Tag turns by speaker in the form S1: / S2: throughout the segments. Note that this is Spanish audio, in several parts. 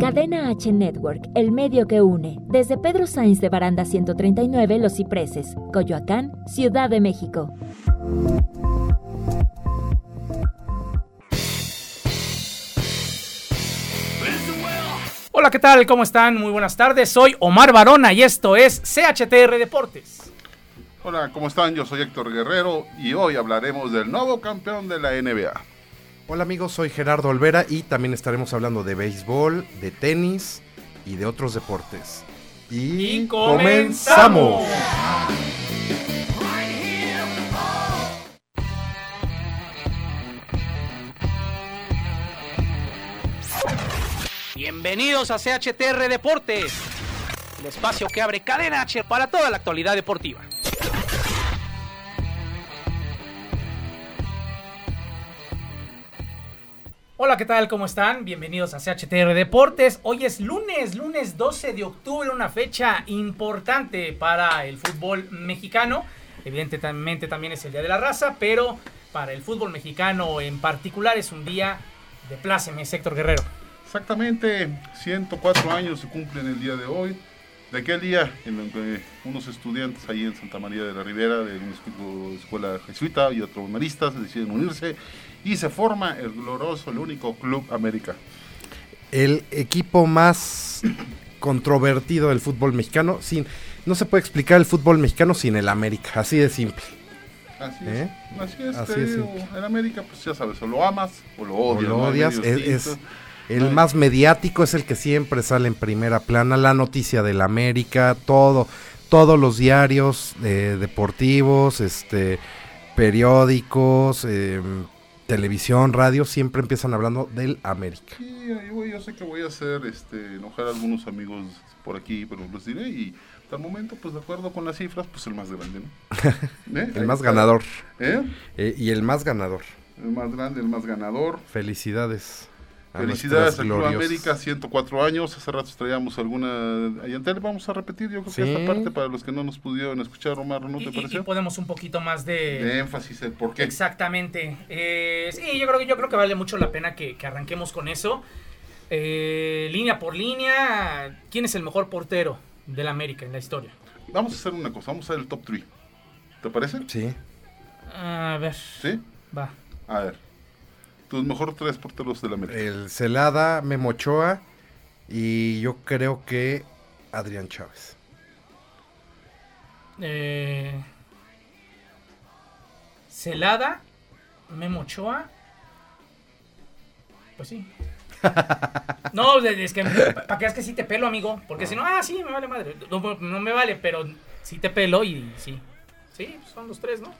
S1: Cadena H Network, el medio que une. Desde Pedro Sainz de Baranda 139, Los Cipreses, Coyoacán, Ciudad de México.
S2: Hola, ¿qué tal? ¿Cómo están? Muy buenas tardes. Soy Omar Barona y esto es CHTR Deportes.
S3: Hola, ¿cómo están? Yo soy Héctor Guerrero y hoy hablaremos del nuevo campeón de la NBA.
S4: Hola amigos, soy Gerardo Olvera y también estaremos hablando de béisbol, de tenis y de otros deportes. Y,
S2: Y comenzamos. Bienvenidos a CHTR Deportes, el espacio que abre Cadena H para toda la actualidad deportiva. Hola, ¿qué tal? ¿Cómo están? Bienvenidos a CHTR Deportes. Hoy es lunes, lunes 12 de octubre, una fecha importante para el fútbol mexicano. Evidentemente también es el Día de la Raza, pero para el fútbol mexicano en particular es un día de plácemes, Héctor Guerrero.
S3: Exactamente 104 años se cumplen el día de hoy. De aquel día en el que unos estudiantes ahí en Santa María de la Ribera, de una escu- escuela jesuita y otros maristas, deciden unirse y se forma el glorioso, el único Club América.
S4: El equipo más controvertido del fútbol mexicano. Sin, no se puede explicar el fútbol mexicano sin el América, así de simple.
S3: Así
S4: ¿Eh?
S3: es. Así es.
S4: Así
S3: te
S4: es,
S3: digo,
S4: sí.
S3: en América, pues ya sabes, o lo amas o lo
S4: O
S3: odias.
S4: lo
S3: ¿no? Hay
S4: odias,
S3: medios
S4: es, es
S3: tintos.
S4: el
S3: Ay.
S4: más mediático, es el que siempre sale en primera plana. La noticia del América, todo, todos los diarios eh, deportivos, este, periódicos, eh, televisión, radio, siempre empiezan hablando del América.
S3: Sí, ahí voy, yo sé que voy a hacer este, enojar a algunos amigos por aquí, pero los diré. Y hasta el momento, pues de acuerdo con las cifras, pues el más grande, ¿no? ¿Eh?
S4: El más ganador.
S3: ¿Eh?
S4: eh, y el más ganador.
S3: El más grande, el más ganador.
S4: Felicidades. a
S3: Felicidades
S4: Ah, nuestras
S3: al Club
S4: gloriosas.
S3: América, 104 años. Hace rato traíamos alguna. Ahí en tele, vamos a repetir, yo creo
S4: Sí.
S3: que esta parte para los que no nos pudieron escuchar, Omar, ¿no
S2: Y, pues, eh,
S3: te
S2: y- y
S3: pareció?
S2: podemos un poquito más de...
S3: De énfasis, el por qué.
S2: Exactamente. Eh, sí, yo creo, que- yo creo que vale mucho la pena que, que arranquemos con eso. Eh, línea por línea, ¿quién es el mejor portero del América en la historia?
S3: Vamos a hacer una cosa, vamos a hacer el top 3. ¿Te parece?
S4: Sí.
S2: A ver,
S3: Sí.
S2: va.
S3: A ver. Tus mejores tres porteros del América.
S4: El Celada, Memochoa y yo creo que Adrián Chávez.
S2: Eh, Celada, Memo Ochoa. Pues sí. No, es que para que es que sí te pelo, amigo. Porque si no, ah, sí, me vale madre. No, no me vale, pero sí te pelo y sí. Sí, son los tres, ¿no?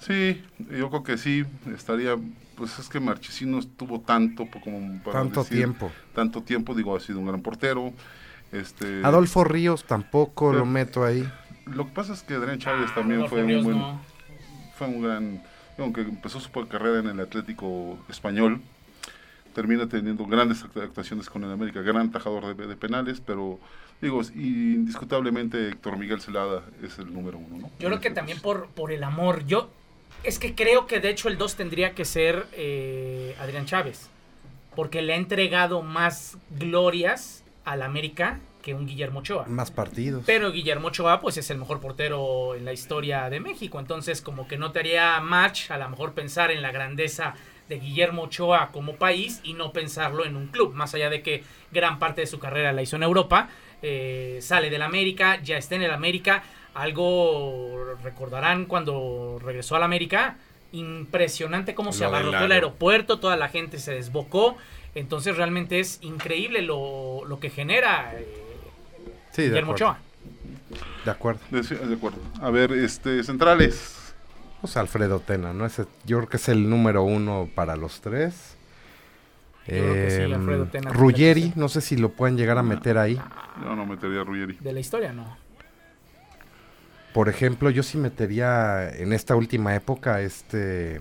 S3: Sí, yo creo que sí, estaría, pues es que Marchesino estuvo tanto po- como para
S4: Tanto
S3: decir-
S4: tiempo.
S3: Tanto tiempo, digo, ha sido un gran portero. Este,
S4: Adolfo Ríos tampoco
S3: pero-
S4: lo meto ahí.
S3: Lo que pasa es que Adrián Chávez también
S2: Adolfo
S3: fue un
S2: Ríos,
S3: buen,
S2: Ah, no.
S3: fue un gran, aunque empezó su carrera en el Atlético Español, termina teniendo grandes act- actuaciones con el América, gran tajador de, de penales, pero digo, es- indiscutablemente Héctor Miguel Celada es el número uno, ¿no?
S2: Yo creo que también por, por el amor. Yo es que creo que de hecho el 2 tendría que ser eh, Adrián Chávez. Porque le ha entregado más glorias al América que un Guillermo Ochoa.
S4: Más partidos.
S2: Pero Guillermo Ochoa pues es el mejor portero en la historia de México. Entonces como que no te haría match a lo mejor pensar en la grandeza de Guillermo Ochoa como país y no pensarlo en un club. Más allá de que gran parte de su carrera la hizo en Europa. eh, sale del América, ya está en el América. Algo recordarán cuando regresó al América. Impresionante cómo se
S4: Lo del
S2: abarrotó el
S4: lago.
S2: aeropuerto, toda la gente se desbocó. Entonces realmente es increíble lo, lo que genera eh,
S4: sí, de
S2: Guillermo
S4: acuerdo.
S2: Ochoa.
S4: De acuerdo.
S3: De, de acuerdo. A ver, este, centrales.
S4: Pues Alfredo Tena, ¿no? Ese, yo creo que es el número uno para los tres.
S2: Yo creo que sí, Ah.
S4: Em,
S2: Alfredo Tena.
S4: Ruggeri, no sé si lo pueden llegar a meter ahí.
S3: Yo no metería a Ruggeri.
S2: De la historia, no.
S4: Por ejemplo, yo sí metería en esta última época este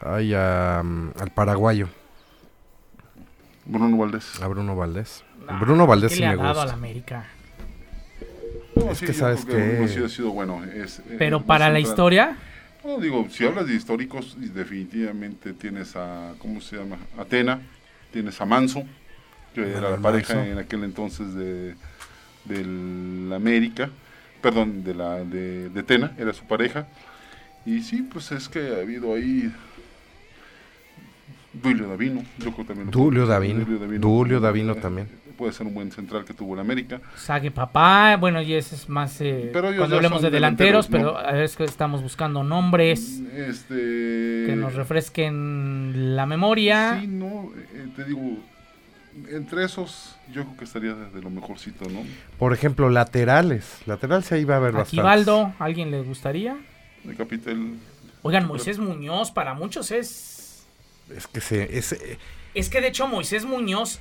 S4: ay, a, mm, al paraguayo,
S3: Bruno Valdés.
S4: a Bruno Valdés.
S2: Nah,
S4: Bruno Valdés
S2: Ah, ¿qué
S4: sí
S2: le
S4: me
S2: ha dado a la
S4: gusta.
S2: América?
S3: No,
S4: es
S3: sí,
S4: que
S3: yo
S4: sabes
S3: creo Bruno
S4: que-
S3: sí ha sido bueno. es- es-
S2: Pero
S3: es
S2: para la
S3: central.
S2: historia,
S3: No, digo, si hablas de históricos, y definitivamente tienes a, ¿cómo se llama? Atena, tienes a Manso, que era
S4: Manuel
S3: la pareja
S4: Manso.
S3: en aquel entonces de del América, perdón, de la de, de Tena, era su pareja. Y sí, pues es que ha habido ahí Dulio Davino, yo creo también. lo-
S4: Dulio Davino, Dulio Davino
S3: eh,
S4: también.
S3: Puede ser un buen central que tuvo el América.
S2: Sague papá, bueno, y ese es más eh,
S3: Pero ellos
S2: cuando
S3: ya
S2: hablemos de
S3: son
S2: delanteros,
S3: delanteros,
S2: pero a ver es que estamos buscando nombres
S3: Este
S2: que nos refresquen la memoria.
S3: Sí, no, eh, te digo, entre esos yo creo que estaría de lo mejorcito, ¿no?
S4: Por ejemplo, laterales. Lateral sí ahí va a haber bastantes.
S2: Aquivaldo, ¿alguien le gustaría?
S3: De Capital.
S2: Oigan, Moisés Muñoz para muchos es
S4: Es que se, es, eh,
S2: es que de hecho Moisés Muñoz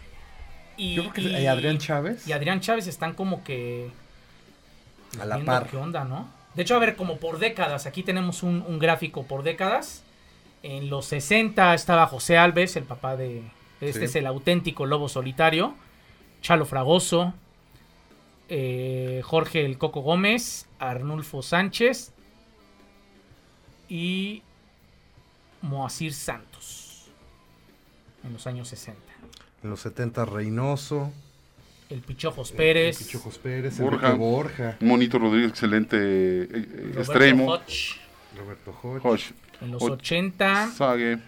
S2: y,
S5: Yo creo que
S2: y-
S5: eh, Adrián Chávez.
S2: y Adrián Chávez están como que
S5: A la
S2: viendo
S5: par.
S2: ¿Qué onda, no? De hecho, a ver, como por décadas, aquí tenemos un, un gráfico por décadas. En los 60 estaba José Alves, el papá de. Este
S3: Sí.
S2: es el auténtico lobo solitario. Chalo Fragoso. eh, Jorge el Coco Gómez. Arnulfo Sánchez. Y. Moacir Santos. En los años 60.
S4: en los 70 Reynoso,
S2: El Pichojos Pérez.
S4: el Pichujos Pérez,
S3: Borja.
S4: Enrique Borja,
S3: Monito Rodríguez, excelente eh, eh,
S2: Roberto
S3: extremo.
S2: Hodge,
S4: Roberto Hodge,
S3: Hodge,
S2: en los
S3: Hodge.
S2: 80.
S3: Sague,
S2: Ay,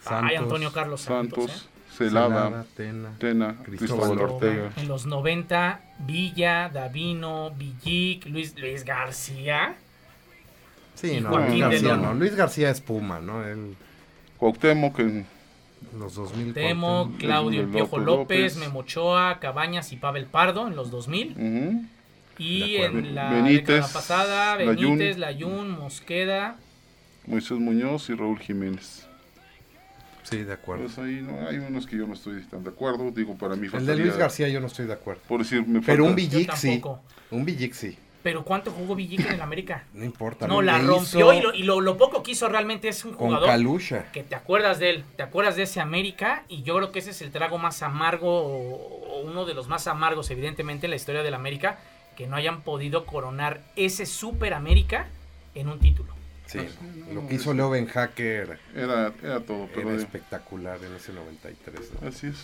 S4: Santos,
S2: Antonio Carlos Santos.
S3: Santos,
S2: ¿eh?
S3: Celada,
S4: Tena.
S3: Tena,
S4: Cristóbal
S3: Cristóbal Ortega.
S2: En los 90, Villa, Davino, Villic, Luis, Luis García.
S4: Sí,
S2: Y
S4: no,
S2: Joaquín
S4: Luis
S2: del
S4: García,
S2: Olmo.
S4: no. Luis García es Puma, ¿no? Él,
S3: Cuauhtémoc, que
S4: los 2000.
S2: Temo,
S4: Cuauhtémoc.
S2: Claudio, el
S3: López,
S2: Piojo López,
S3: López.
S2: Memochoa, Cabañas y Pavel Pardo en los 2000.
S3: ujú,
S2: Y
S4: De acuerdo.
S2: en la
S3: Benítez,
S2: década pasada,
S3: Layún.
S2: Benítez, Layún, Mosqueda.
S3: Moisés Muñoz y Raúl Jiménez.
S4: Sí, de acuerdo.
S3: Pues ahí no, hay unos que yo no estoy tan de acuerdo. Digo, para mí
S4: el de
S3: faltaría-
S4: Luis García yo no estoy de acuerdo.
S3: Por decir, me
S4: Pero
S3: falta-
S4: un Villic
S2: Yo
S4: sí.
S2: tampoco.
S4: Un Villic sí.
S2: Pero ¿cuánto jugó Villic en el América?
S4: No importa.
S2: no,
S4: lo
S2: la
S4: que
S2: rompió
S4: hizo
S2: y, lo, y lo- lo poco que hizo realmente es un
S4: Con
S2: jugador
S4: Calusha.
S2: que te acuerdas de él, te acuerdas de ese América y yo creo que ese es el trago más amargo o o uno de los más amargos evidentemente en la historia del América que no hayan podido coronar ese Super América en un título.
S4: Sí,
S3: Ah, sí, no,
S4: lo
S3: no,
S4: que hizo
S3: es-
S4: Leo Ben Hacker
S3: Era, era todo, pero...
S4: era
S3: digo,
S4: espectacular en ese 93. ¿no?
S3: Así es.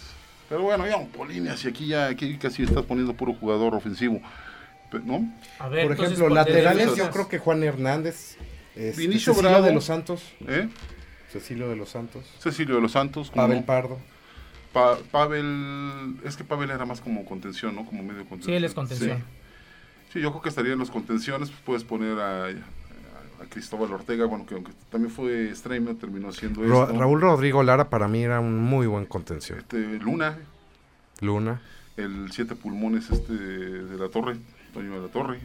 S3: Pero bueno, ya un Polini, así aquí ya aquí casi estás poniendo puro jugador ofensivo. Pe- ¿No?
S2: A ver,
S4: Por
S2: entonces,
S4: ejemplo,
S2: ¿por qué
S4: laterales
S2: defensas?
S4: yo creo que Juan Hernández, este,
S3: Vinicio
S4: Cecilio
S3: Bravo.
S4: de los Santos,
S3: ¿Eh?
S4: Cecilio de los Santos,
S3: Cecilio de los Santos. como
S4: Pavel
S3: no.
S4: Pardo,
S3: Pa- Pavel. Es que Pavel era más como contención, ¿no? Como medio contención.
S2: Sí, él es contención.
S3: Sí, Sí, yo creo que estaría en los contenciones. Pues puedes poner a, a- a Cristóbal Ortega, bueno, que aunque también fue extremo, terminó siendo
S4: Ra-
S3: esto.
S4: Raúl Rodrigo Lara para mí era un muy buen contención.
S3: Este, Luna,
S4: Luna,
S3: el siete pulmones este de la torre, Toño de la Torre.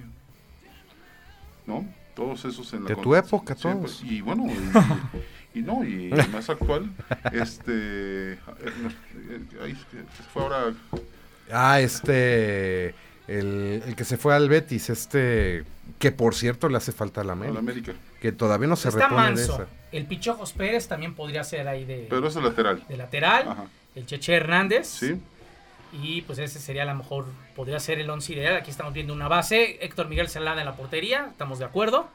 S3: ¿No? Todos esos en la
S4: De tu
S3: con-
S4: época,
S3: siempre.
S4: todos.
S3: Y bueno, y, y no, y más actual, este eh, no, eh, ay, es que se fue ahora
S4: ah, este, el, el que se fue al Betis, este, que por cierto le hace falta a la
S3: a la
S4: América,
S3: América.
S4: que todavía no se
S2: Está
S4: repone de
S2: Manso.
S4: esa.
S2: El Pichojos Pérez también podría ser ahí de,
S3: Pero es el lateral.
S2: de lateral.
S3: Ajá.
S2: El Cheche Hernández.
S3: Sí.
S2: Y pues ese sería a lo mejor, podría ser el once ideal. Aquí estamos viendo una base. Héctor Miguel Salada en la portería, estamos de acuerdo.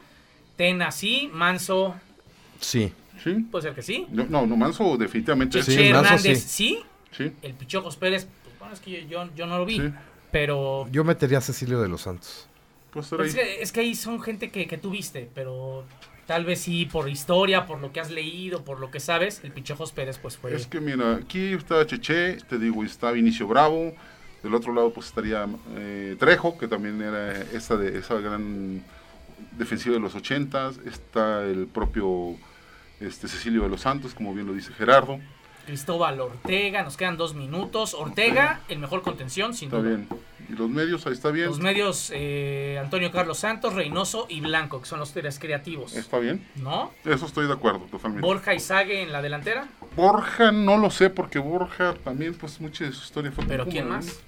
S2: Tena sí, Manso,
S4: Sí,
S3: Sí.
S2: puede ser que sí.
S3: No, no, no, Manso definitivamente
S2: Cheche
S4: Sí, Manso
S2: Hernández
S4: sí.
S2: sí.
S3: Sí.
S2: El Pichojos Pérez, pues, bueno, es que yo, yo- yo no lo vi.
S3: Sí.
S2: Pero
S4: yo metería a Cecilio de los Santos.
S3: Pues
S2: pero es que, es que ahí son gente que, que tú viste, pero tal vez sí por historia, por lo que has leído, por lo que sabes. El Pichojos Pérez pues fue...
S3: Es que mira, aquí está Cheche, te digo, está Vinicio Bravo, del otro lado pues estaría eh, Trejo, que también era esa, de, esa gran defensiva de los ochentas, está el propio este, Cecilio de los Santos, como bien lo dice Gerardo,
S2: Cristóbal Ortega, nos quedan dos minutos. Ortega, el mejor contención, sin
S3: está
S2: duda.
S3: bien. Y los medios, ahí está bien.
S2: Los medios, eh, Antonio Carlos Santos, Reynoso y Blanco, que son los tres creativos,
S3: Está bien,
S2: ¿no?
S3: eso estoy de acuerdo totalmente.
S2: Borja y Sague en la delantera,
S3: Borja no lo sé, porque Borja también pues mucha de su historia fue... con
S2: pero
S3: Puma,
S2: ¿quién
S3: ¿no?
S2: más?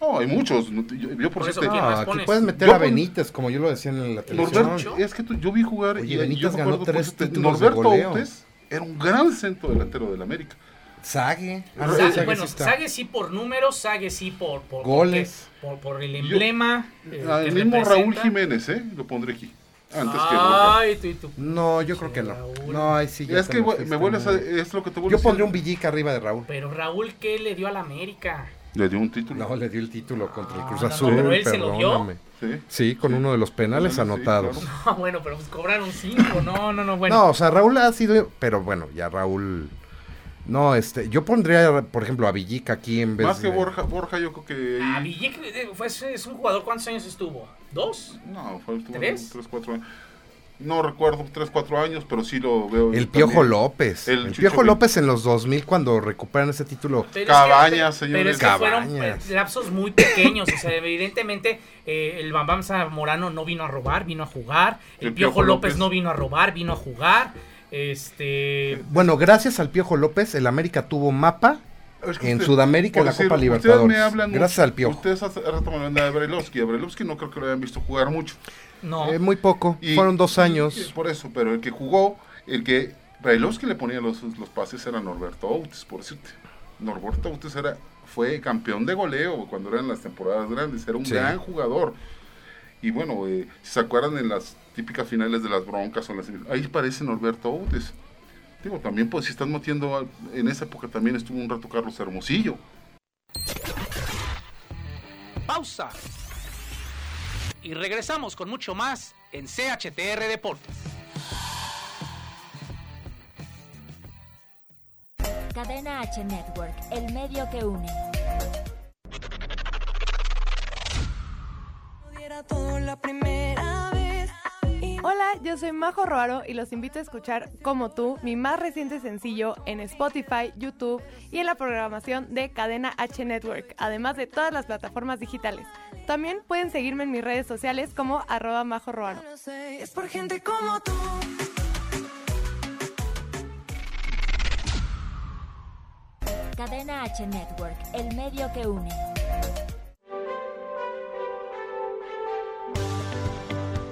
S3: No, hay muchos. no te- Yo, yo por,
S2: Por eso,
S3: cierto,
S2: ¿quién más
S4: Ah, aquí
S2: pones?
S4: puedes meter
S3: Yo
S4: a
S3: pon-
S4: Benítez, como yo lo decía en la televisión.
S3: Norberto, es que tú- yo vi jugar
S4: Oye,
S3: y- y yo
S4: Benítez
S3: me
S4: ganó
S3: acuerdo por
S4: tres
S3: este-
S4: títulos de
S3: Norberto
S4: goleo.
S3: Outes era un gran centro delantero del América.
S4: Sague. Ah, no,
S2: Sague,
S4: Sague
S2: bueno,
S4: sí está.
S2: Sague sí por números, Sague sí por, por
S4: Goles.
S2: porque- Por, por el emblema. eh,
S3: Ah,
S2: que
S3: el mismo
S2: representa.
S3: Raúl Jiménez, ¿eh? Lo pondré aquí. Antes que Borja.
S2: Ay, tú y tú.
S4: No, yo creo que no.
S2: Raúl.
S4: No, ahí sí. ya
S3: Es
S4: te
S3: que
S4: me
S3: güey,
S4: fuiste
S3: me vuelves a.
S4: muy-
S3: Es lo que te vuelvo
S4: Yo pondría un Villica arriba de Raúl.
S2: Pero Raúl, ¿qué le dio a la América?
S3: Le dio un título.
S4: No, le dio el título contra el Cruz
S2: Ah, no,
S4: Azul,
S2: pero él se lo dio.
S4: perdóname.
S3: Sí.
S4: Sí, con uno de los penales
S3: Sí,
S4: anotados.
S3: claro.
S2: Ah, bueno, pero pues cobraron cinco. No, no, no, bueno.
S4: No, o sea, Raúl ha sido, pero bueno, ya Raúl. No, este, yo pondría, por ejemplo, a Villica aquí en vez
S3: Más que
S4: de-
S3: Borja, Borja yo creo que...
S2: Ah, Villic, eh, fue- es un jugador, ¿cuántos años estuvo? ¿Dos?
S3: No, fue tuvo
S2: ¿Tres?
S3: tres, cuatro años. No recuerdo 3, 4 años, pero sí lo veo.
S4: El
S3: también.
S4: Piojo López.
S3: El
S4: El,
S3: Chucho
S4: Piojo
S3: Vil-
S4: López en los 2000 cuando recuperan ese título.
S2: Pero es que-
S3: Cabañas, señores.
S2: Pero es que fueron
S4: Cabañas.
S2: eh, lapsos muy pequeños. O sea, evidentemente eh, el Bambam Zamorano no vino a robar, vino a jugar. El,
S3: El
S2: Piojo,
S3: Piojo
S2: López,
S3: López.
S2: no vino a robar, vino a jugar. Este.
S4: Bueno, gracias al Piojo López, el América tuvo mapa
S3: Es que
S4: en
S3: usted-
S4: Sudamérica en
S3: por
S4: la
S3: decir,
S4: Copa
S3: ustedes
S4: Libertadores.
S3: me hablan
S4: gracias
S3: mucho-
S4: al Piojo.
S3: Ustedes hace rato me hablan de Brailovsky. A Brailovsky no creo que lo hayan visto jugar mucho.
S2: No.
S4: Eh, muy poco,
S3: Y-
S4: fueron dos
S3: y
S4: años.
S3: Por eso, pero el que jugó, el que Brailovsky le ponía los, los pases era Norberto Autis, por decirte. Norberto Autis era, fue campeón de goleo cuando eran las temporadas grandes, era un
S4: Sí.
S3: gran jugador. Y bueno, eh, si se acuerdan en las típicas finales de las broncas, o en las, ahí parece Norberto Autis. Digo, también pues si están metiendo, al- en esa época también estuvo un rato Carlos Hermosillo.
S2: Pausa. Y regresamos con mucho más en CHTR Deportes.
S1: Cadena H Network, el medio que une.
S6: Pudiera todo la primera vez. Y
S7: Hola, yo soy Majo Roaro y los invito a escuchar Como tú, mi más reciente sencillo en Spotify, YouTube y en la programación de Cadena H Network, además de todas las plataformas digitales. También pueden seguirme en mis redes sociales como arroba Majo Roaro.
S6: no sé, es por gente como tú.
S1: Cadena H Network, el medio que une.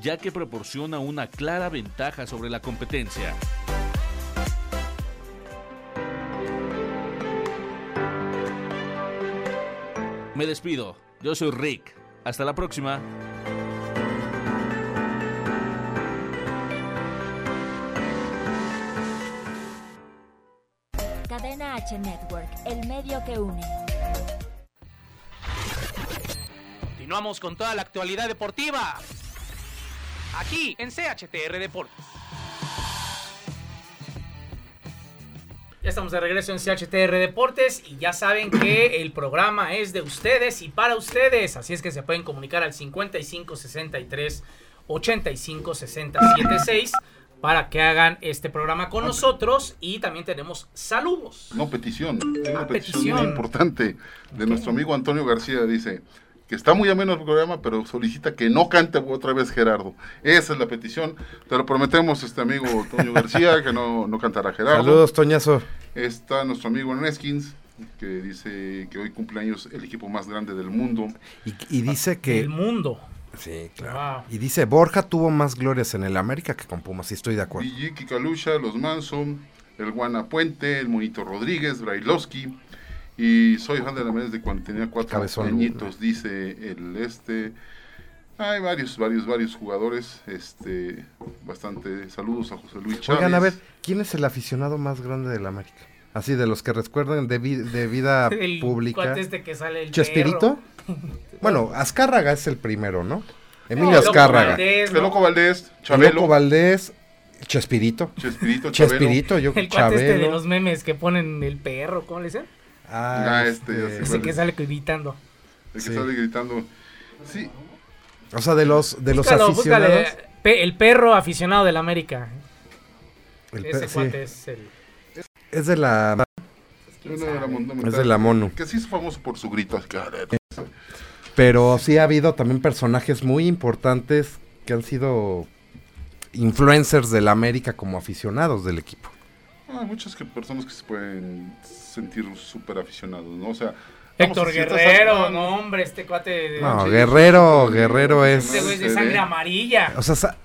S8: ya que proporciona una clara ventaja sobre la competencia. Me despido. Yo soy Rick. Hasta la próxima.
S1: Cadena H Network, el medio que une.
S2: Continuamos con toda la actualidad deportiva. Aquí en CHTR Deportes. Ya estamos de regreso en CHTR Deportes y ya saben que el programa es de ustedes y para ustedes. Así es que se pueden comunicar al 55 63 85 60 76 para que hagan este programa con nosotros y también tenemos saludos.
S3: No, petición. Hay una
S2: Ah,
S3: petición,
S2: petición.
S3: muy importante de nuestro amigo Antonio García. Dice que está muy ameno el programa, pero solicita que no cante otra vez Gerardo. Esa es la petición. Te lo prometemos, este amigo Antonio García, que no, no cantará Gerardo.
S4: Saludos, Toñazo.
S3: Está nuestro amigo Neskins, que dice que hoy cumpleaños el equipo más grande del mundo.
S4: Y, y dice
S2: El
S4: que.
S2: mundo.
S4: Sí,
S2: Wow.
S4: claro. Y dice: Borja tuvo más glorias en el América que con Pumas. Sí, estoy de acuerdo.
S3: Villiki Calucha, Los Manso, el Guana Puente, el Monito Rodríguez, Brailovsky. Y soy fan de la América de cuando tenía cuatro
S4: Cabezón.
S3: añitos, dice el este. Hay varios, varios, varios jugadores. Este, bastante saludos a José Luis Chávez.
S4: Oigan, a ver, ¿quién es el aficionado más grande del América? Así, de los que recuerdan de, vi- de vida
S2: El
S4: pública.
S2: cuate este que sale el
S4: ¿Chespirito?
S2: perro.
S4: Bueno, Azcárraga es el primero, ¿no?
S2: No,
S4: Emilio
S2: Loco
S4: Azcárraga. El
S2: Valdés,
S3: El
S2: ¿no?
S3: Loco Valdés,
S4: Loco
S3: Chabelo,
S4: Valdés, Chespirito.
S3: Chespirito, Chabelo.
S4: Chespirito, yo
S2: El cuate este de
S4: Chabelo.
S2: los memes que ponen el perro, ¿cómo le dicen?
S4: Ah,
S3: Ah, este, ya sé
S2: Ese
S3: Vale.
S2: que sale gritando.
S3: El que
S4: Sí.
S3: sale gritando. Sí,
S4: O sea, de los, de los
S2: Búscalo, búscale,
S4: aficionados.
S2: pe- el perro aficionado del América.
S4: el pe-
S2: Ese
S4: sí,
S2: cuate es el.
S4: es de la
S3: yo no era
S4: es de la mono.
S3: Que sí es famoso por su grito. así que, "Ah,
S4: Pero sí ha habido también personajes muy importantes que han sido influencers de la América como aficionados del equipo.
S3: Ah, Hay muchas que- personas que se pueden sentir súper aficionados, ¿no? O sea, vamos a
S2: Héctor
S3: ciertas-
S2: Guerrero, no, hombre, este cuate de.
S4: No,
S3: sí.
S4: Guerrero, Guerrero es...
S2: Este güey es de
S3: se
S2: sangre
S3: ve.
S2: amarilla.
S4: O sea, sa-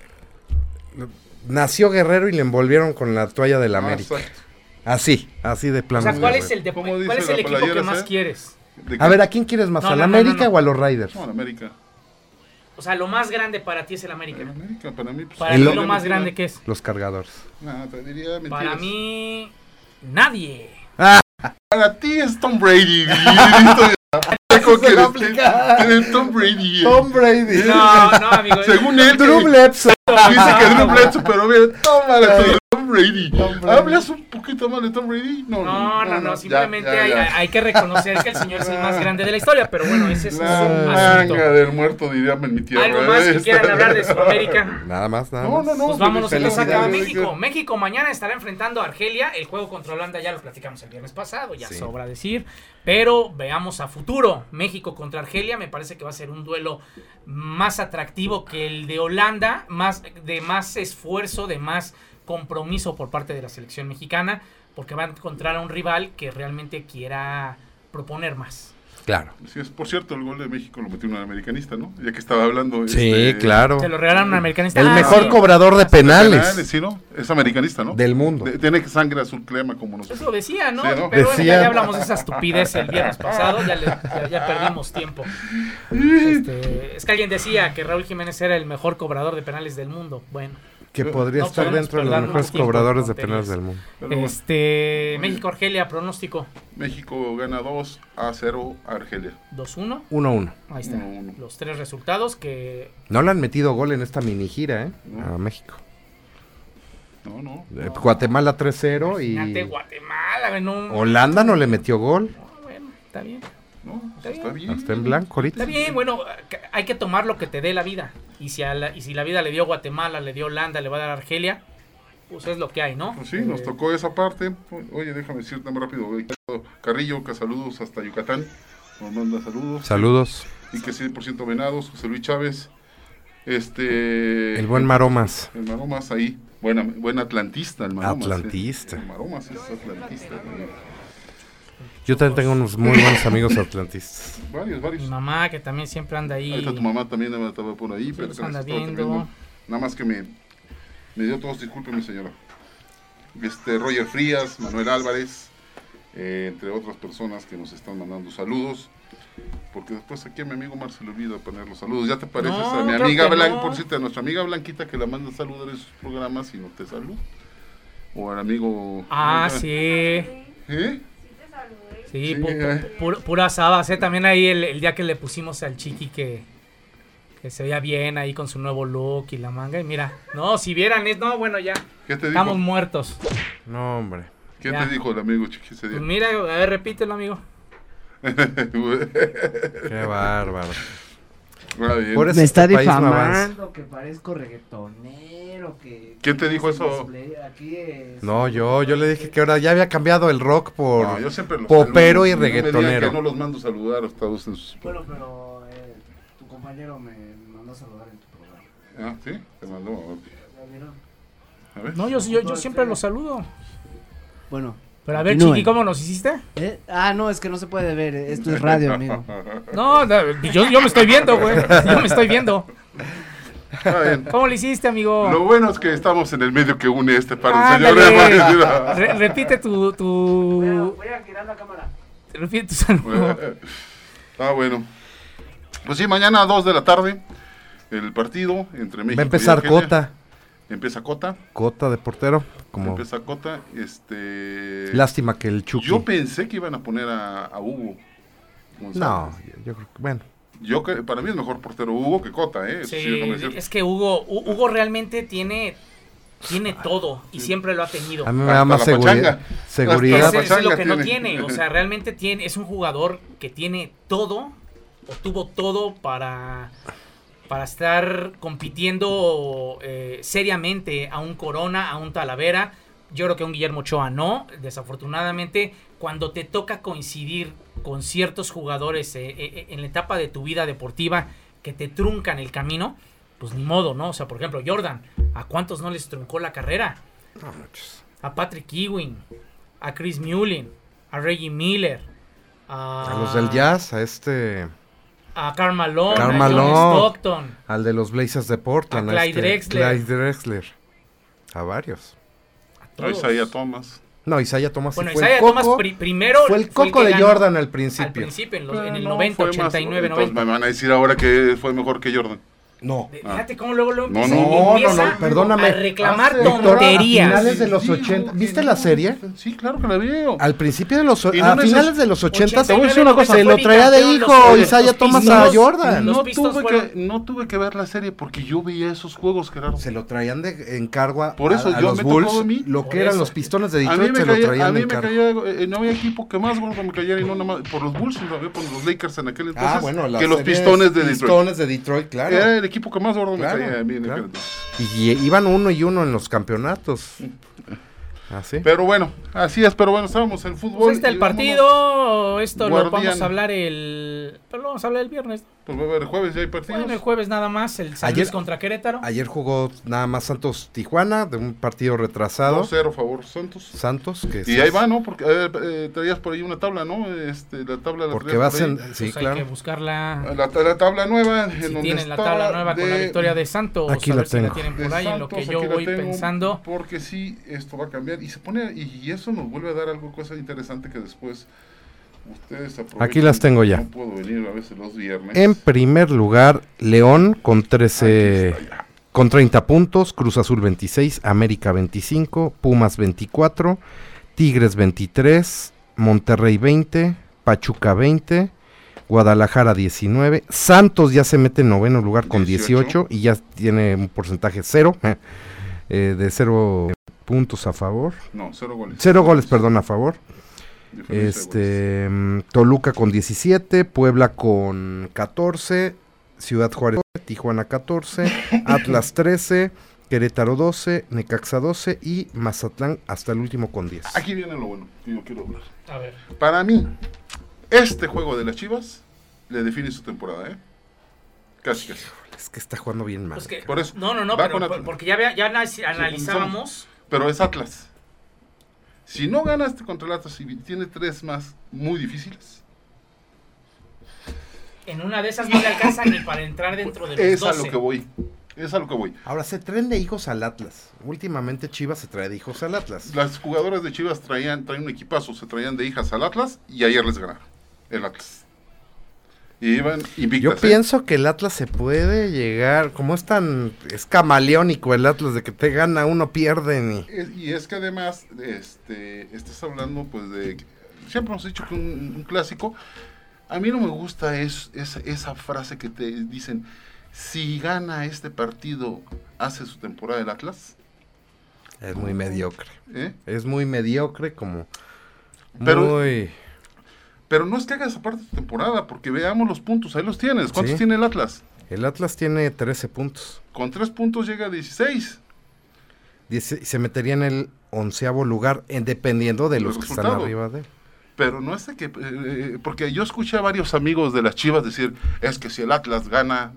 S4: nació Guerrero y le envolvieron con la toalla del
S3: Ah,
S4: América.
S3: exacto.
S4: Así, así de
S2: O
S4: plano.
S2: sea, ¿cuál
S4: Guerrero.
S2: es el, de-
S3: ¿Cómo
S2: cuál
S3: dice
S2: es el
S3: la
S2: equipo que
S3: playera,
S2: más
S3: eh?
S2: quieres?
S3: De
S4: A
S3: que-
S4: ver, ¿a quién quieres más?
S2: No,
S4: ¿A
S2: no,
S4: la
S2: no, no,
S4: América
S2: no.
S4: o a los Raiders?
S3: No, en América.
S2: O sea, lo más grande para ti es el
S3: En
S2: América.
S3: América, para mí. pues,
S2: Para
S4: El
S2: ti
S4: lo-
S2: lo más grande que es.
S4: Los cargadores.
S3: No, te diría mentiras.
S2: Para mí, nadie.
S3: Para ti es Tom Brady. Listo, Paco, que eres- que eres Tom Brady. eh.
S4: Brady.
S2: No, no, amigo.
S3: Según él,
S4: Drew
S3: que-
S4: Bledsow.
S3: dice que Drew Bledsoe, pero mira, tómala, tú, Tom Brady.
S4: Tom Brady.
S3: ¿Hablas un poquito mal de Tom Brady? No,
S2: No, no, no,
S3: ya,
S2: simplemente
S3: ya,
S2: hay,
S3: ya.
S2: hay que reconocer que el señor es el más grande de la historia, pero bueno, ese es un
S3: La
S2: asunto.
S3: manga del muerto, diría en mi tierra. ¿eh?
S2: Algo más que
S3: Esta-
S2: quieran hablar de Sudamérica.
S4: Nada más, nada
S3: No,
S4: más.
S3: no, no.
S2: Pues vámonos entonces
S3: felicidades,
S2: acá a
S3: América.
S2: México. México mañana estará enfrentando a Argelia. El juego contra Holanda ya lo platicamos el viernes pasado, ya
S4: Sí.
S2: sobra decir. Pero veamos a futuro. México contra Argelia me parece que va a ser un duelo más atractivo que el de Holanda, más, de más esfuerzo, de más compromiso por parte de la selección mexicana, porque va a encontrar a un rival que realmente quiera proponer más.
S4: Claro.
S3: Sí, es, por cierto, el gol de México lo metió un americanista, ¿no? Ya que estaba hablando.
S4: Sí,
S3: este,
S4: claro.
S2: Se lo regalaron a un americanista.
S4: El
S2: Ah,
S4: mejor
S2: sí.
S4: cobrador de
S3: Penales,
S4: penales
S3: sí, ¿no? Es americanista, ¿no?
S4: del mundo.
S3: De- tiene que sangre azul crema como nosotros.
S2: Eso Pues decía, ¿no?
S3: Sí,
S2: Pero
S3: ¿no?
S2: bueno, ya,
S4: Decía.
S2: ya hablamos de esa estupidez el viernes pasado, ya, le- ya- ya perdimos tiempo. Este, es que alguien decía que Raúl Jiménez era el mejor cobrador de penales del mundo. Bueno,
S4: Que podría
S2: No
S4: estar
S2: podemos
S4: dentro de los
S2: perder
S4: mejores
S2: más tiempo
S4: cobradores
S2: con
S4: de penales
S2: tonterías.
S4: del mundo.
S3: Pero
S2: este, México-Argelia, pronóstico
S3: México gana 2 a 0 a Argelia.
S2: 2-1.
S4: 1-1.
S2: Ahí está.
S3: Uno, uno.
S2: Los tres resultados que
S4: No le han metido gol en esta mini gira, ¿eh?
S3: No.
S4: A México.
S3: No, no.
S4: Eh, Guatemala 3-0
S2: ante
S4: y
S2: Guatemala, güey, no.
S4: Holanda no le metió gol.
S2: No, Bueno, está bien.
S3: no o
S2: Está
S3: sea, está bien.
S4: Está en blanco ahorita.
S2: Está bien, bueno, ca- hay que tomar lo que te dé la vida. Y si, a la, y si la vida le dio Guatemala, le dio Holanda, le va a dar Argelia, pues es lo que hay, ¿no?
S3: Pues sí, nos
S2: Eh,
S3: tocó esa parte. Oye, déjame decir tan rápido. güey. Carrillo, que saludos hasta Yucatán. Nos manda saludos.
S4: Saludos.
S3: Y que 100% venados. José Luis Chávez. Este.
S4: El buen Maromas.
S3: El Maromas ahí. Buena, buen atlantista, el Maromas.
S4: Atlantista.
S3: eh. El Maromas es atlantista. güey.
S4: Yo también tengo unos muy buenos amigos atlantistas.
S3: Varios,
S2: Mi
S3: varios.
S2: mamá, que también siempre anda ahí.
S3: Ahorita tu mamá también estaba por ahí. pero
S2: los
S3: también
S2: anda
S3: estaba
S2: viendo.
S3: también, ¿no? Nada más que me, me dio todos, disculpen mi señora. Este, Roger Frías, Manuel Álvarez, eh, entre otras personas que nos están mandando saludos. Porque después aquí a mi amigo Mar se le olvida poner los saludos. Ya te pareces
S2: No,
S3: a mi
S2: claro
S3: amiga
S2: que
S3: Blanca,
S2: no.
S3: por cierto, a nuestra amiga Blanquita que la manda saludar en sus programas y no te saluda. O al amigo.
S2: Ah, sí.
S3: ¿Eh?
S2: Sí,
S3: Sí,
S2: pu-
S3: eh.
S2: pu- pu- pura sabas, ¿eh? También ahí el, el día que le pusimos al chiqui que, que se veía bien ahí con su nuevo look y la manga. Y mira, no, si vieran, es, no, bueno, ya.
S3: ¿Qué te dijo?
S2: Estamos muertos.
S4: No, hombre.
S3: ¿Qué
S2: ya.
S3: te dijo el amigo chiqui ese
S2: Pues
S3: día?
S2: mira, a ver, repítelo, amigo.
S4: Qué bárbaro.
S3: Ah, bien.
S4: Por eso
S9: Me está
S4: este país no avanza.
S9: difamando, que parezco reggaetonero, que...
S3: ¿Quién te dijo eso?
S9: Aquí es-
S4: No, yo, yo le dije que ahora ya había cambiado el rock por...
S3: No, yo siempre los
S4: popero
S3: saludo.
S4: y
S3: No me digan
S4: reggaetonero.
S3: que no los mando saludar a todos en sus...
S9: Bueno, pero eh, tu compañero me mandó a saludar en tu programa.
S3: Ah, sí, te mandó. ok.
S9: ¿Ya vieron?
S3: A ver.
S2: No, yo, yo, yo siempre lo saludo.
S9: Bueno,
S2: Pero a ver,
S9: Continúen.
S2: chiqui, ¿cómo nos hiciste?
S9: eh, ah, no, es que no se puede ver, eh, esto es radio, amigo.
S2: No, no, yo, yo me estoy viendo, güey. Yo me estoy viendo.
S3: Está bien.
S2: ¿Cómo le hiciste, amigo?
S3: Lo bueno es que estamos en el medio que une este par de
S2: Ándale.
S3: señores.
S2: Re- repite tu, tu.
S9: Voy a girar la cámara.
S2: Repite tu saludo.
S3: ah, bueno. Pues sí, mañana a 2 de la tarde, el partido entre México
S4: Va a empezar
S3: y Argelia.
S4: Cota.
S3: Empieza Cota.
S4: Cota de portero. Como...
S3: Empieza Cota. Este...
S4: Lástima que el Chucky...
S3: Yo pensé que iban a poner a, a Hugo. González.
S4: No, yo, yo creo que... Bueno.
S3: Yo cre- para mí es mejor portero Hugo que Cota, ¿eh? Eso sí, déjame
S2: Sí,
S3: decirte.
S2: es que Hugo, Hu- Hugo realmente tiene, tiene
S3: Ah,
S2: todo y siempre lo ha tenido.
S4: A mí me
S3: Hasta
S4: da más
S3: la
S4: seguridad.
S3: pachanga.
S4: Seguridad. pues,
S3: Hasta
S2: Ese- eso
S3: la
S2: es lo
S3: pachanga
S2: que no
S3: tiene.
S2: tiene. O sea, realmente tiene, es un jugador que tiene todo o tuvo todo para, para estar compitiendo eh, seriamente a un Corona, a un Talavera. Yo creo que a un Guillermo Ochoa no. Desafortunadamente, cuando te toca coincidir con ciertos jugadores eh, eh, en la etapa de tu vida deportiva que te truncan el camino, pues ni modo, ¿no? O sea, por ejemplo, Jordan, ¿a cuántos no les truncó la carrera?
S4: No manches.
S2: a Patrick Ewing, a Chris Mullin, a Reggie Miller, a,
S4: A los del jazz, a este,
S2: a Karl Malone,
S4: Karl
S2: a John
S4: Malone.
S2: Stockton,
S4: al de los Blazers de Portland,
S2: A Clyde
S4: este,
S2: Drexler.
S4: Clyde Drexler. A varios.
S2: a
S3: Ahí
S2: todos.
S3: está ahí a Thomas.
S4: No, Isaiah Thomas sí
S2: Bueno,
S4: fue el
S2: Isaiah Thomas
S4: coco.
S2: pri- primero
S4: fue el
S2: fue el
S4: coco
S2: que
S4: de
S2: ganó
S4: Jordan al
S2: al
S4: principio.
S2: principio, en, los- en el
S3: No,
S2: 90,
S3: fue más-
S2: 89,
S3: entonces
S2: 90.
S3: me van a decir ahora que fue mejor que Jordan.
S4: No.
S2: De- Fíjate cómo luego lo
S3: No,
S2: empieza,
S3: no, no,
S2: empieza
S4: no, perdóname.
S2: a reclamar
S4: Hace-
S2: tonterías.
S4: A finales de los 80. ¿Viste la serie?
S3: Sí, claro que la veo.
S4: Al principio de los
S3: Y no
S4: a
S3: neces-
S4: finales de los 80
S2: Te voy a decir una cosa,
S4: se
S2: fue
S4: lo traía de
S2: bicampeón,
S4: hijo
S2: los-
S4: Isaiah
S2: los
S4: Thomas a
S2: Pistons-
S4: Jordan.
S2: los
S3: No
S2: Pistons
S3: tuve,
S2: fueron-
S3: que, no tuve que ver la serie porque yo veía esos juegos, Gerardo.
S4: Se lo traían de encargo a,
S3: Por eso
S4: a- a
S3: yo
S4: los
S3: me tocó
S4: Bulls,
S3: a mí.
S4: lo
S2: Por
S4: que eran
S2: eso.
S4: los pistones de
S3: A mí
S4: Detroit
S3: me
S4: se lo
S3: caía, a
S4: traían de
S3: mí me
S4: encargo.
S3: caía, eh, no había equipo que más gordo me cayera y no nada más por los Bulls, sino también por los Lakers en aquel entonces,
S4: ah, bueno, las
S3: que los
S4: series
S3: Pistones de Detroit. Eh.
S4: Pistones de Detroit, claro.
S3: Era el equipo que más gordo
S4: Claro,
S3: me caía a mí en aquel
S4: claro.
S3: entonces.
S4: Y, y iban uno y uno en los campeonatos. Ah, Así.
S3: Pero bueno, así es, pero bueno, estábamos en fútbol.
S2: Pues ahí está
S3: y
S2: el
S3: vámonos.
S2: partido, esto lo
S3: Guardián.
S2: vamos a hablar el... Pero lo vamos a hablar el viernes.
S3: Pues va a haber jueves, ya hay partidos.
S2: Bueno, el jueves nada más, el San
S4: Ayer-
S2: Luis contra Querétaro.
S4: Ayer jugó nada más Santos Tijuana, de un partido retrasado.
S3: 2-0 a favor Santos.
S4: Santos, que
S3: Y ahí va, ¿no? Porque eh, eh, traías por ahí una tabla, ¿no? Este, la tabla la
S4: Porque
S3: traías
S4: vas
S3: por ahí.
S4: en. Sí,
S2: Pues hay que
S4: claro.
S2: buscarla.
S3: La, la tabla nueva. en
S2: Si
S3: donde
S2: tienen la
S3: estaba
S2: tabla nueva con la
S3: de-
S2: victoria de Santos,
S4: Aquí
S2: a
S4: la
S2: ver si la
S4: tengo.
S2: tienen
S3: de
S2: por ahí en lo que
S3: Santos,
S2: yo
S3: aquí la
S2: voy
S3: tengo,
S2: pensando.
S3: Porque sí, esto va a cambiar y se pone, y, y eso nos vuelve a dar algo, cosa interesante que después ustedes aprovechan.
S4: Aquí las tengo ya.
S3: No puedo venir a veces los viernes.
S4: En primer lugar, León con
S3: Aquí
S4: 13.
S3: está ya.
S4: Con 30 puntos, Cruz Azul 26, América 25, Pumas 24, Tigres 23, Monterrey 20, Pachuca 20, Guadalajara 19, Santos ya se mete en noveno lugar con
S3: 18.
S4: 18, y ya tiene un porcentaje cero, eh, de cero puntos a favor,
S3: No, cero goles.
S4: cero goles, perdón, a favor.
S3: Diferencia de goles.
S4: Este, mm, Toluca con 17, Puebla con 14, Ciudad Juárez, Tijuana 14, Atlas 13, Querétaro 12, Necaxa 12 y Mazatlán hasta el último con 10.
S3: Aquí viene lo bueno que yo quiero hablar.
S2: A ver,
S3: Para mí, este juego de las Chivas le define su temporada, ¿eh? Casi, casi.
S4: Es que está jugando bien mal.
S2: pues que-
S3: Por eso,
S2: no, no, no,
S3: va
S2: pero
S3: con la-
S2: por- porque ya, vea- ya ana- analizábamos.
S3: Pero es Atlas. Si no ganaste contra el Atlas y tiene tres más muy difíciles,
S2: En una de esas no le alcanza ni para entrar dentro de los
S3: es a
S2: 12.
S3: lo que voy. Es a lo que voy.
S4: Ahora se traen de hijos al Atlas. Últimamente Chivas se trae de hijos al Atlas.
S3: Las jugadoras de Chivas traían, traían un equipazo, se traían de hijas al Atlas y ayer les ganaron el Atlas. Y iban invictas.
S4: Yo
S3: ¿eh?
S4: pienso que el Atlas se puede llegar, como es tan es camaleónico el Atlas de que te gana uno pierden y
S3: Es- y es que además, este, estás hablando pues de, siempre hemos dicho que un, un clásico, a mí no me gusta es, es- esa frase que te dicen, si gana este partido, hace su temporada el Atlas,
S4: es muy mediocre.
S3: ¿eh?
S4: Es muy mediocre, como.
S3: Pero-
S4: muy.
S3: Pero no es que hagas aparte tu temporada, porque veamos los puntos, ahí los tienes. ¿Cuántos
S4: Sí.
S3: tiene el Atlas?
S4: El Atlas tiene 13 puntos.
S3: Con tres puntos llega a 16.
S4: Dice- se metería en el onceavo lugar, eh, dependiendo de
S3: Del
S4: los que están
S3: resultado.
S4: arriba de él.
S3: Pero no es de que, eh, porque yo escuché a varios amigos de las Chivas decir, es que si el Atlas gana,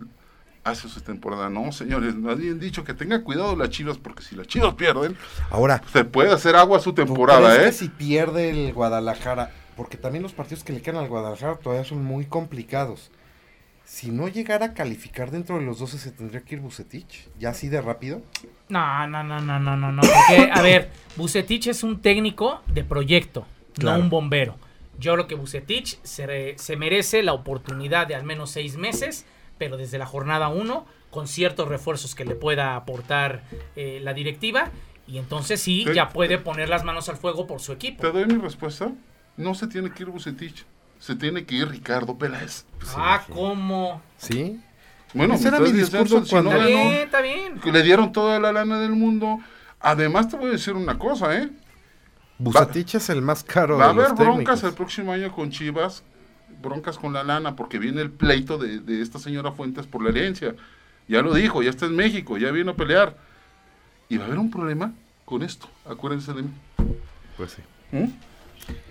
S3: hace su temporada. No, señores, nos han dicho que tenga cuidado las Chivas, porque si las Chivas pierden,
S4: Ahora,
S3: se puede hacer agua su
S4: ¿tú
S3: temporada,
S4: crees
S3: ¿eh?
S4: que si pierde el Guadalajara, porque también los partidos que le quedan al Guadalajara todavía son muy complicados. Si no llegara a calificar dentro de los 12, se tendría que ir Bucetich. Ya así de rápido.
S2: No, no, no, no, no, no, no. Porque, a ver, Bucetich es un técnico de proyecto,
S4: Claro.
S2: no un bombero. Yo creo que Bucetich se, re- se merece la oportunidad de al menos seis meses, pero desde la jornada uno, con ciertos refuerzos que le pueda aportar eh, la directiva. Y entonces sí,
S3: Sí.
S2: ya puede poner las manos al fuego por su equipo.
S3: Te doy mi respuesta. No se tiene que ir Bucetich, se tiene que ir Ricardo Peláez.
S2: ah, ¿cómo?
S4: Sí.
S3: Bueno,
S4: Ese era
S3: me estás
S4: mi
S3: diciendo,
S4: discurso
S3: si no
S4: cuando-
S2: Está
S4: Ahora
S3: ganó-
S2: bien, está bien.
S3: que le dieron toda la lana del mundo. Además, te voy a decir una cosa, ¿eh?
S4: Bucetich es el más caro
S3: Va a
S4: de los
S3: haber broncas
S4: técnicos.
S3: el próximo año con Chivas broncas con la lana porque viene el pleito de, de esta señora Fuentes por la herencia. Ya lo dijo, ya está en México, ya vino a pelear. Y va a haber un problema con esto, acuérdense de mí.
S4: Pues sí.
S3: ¿Mm?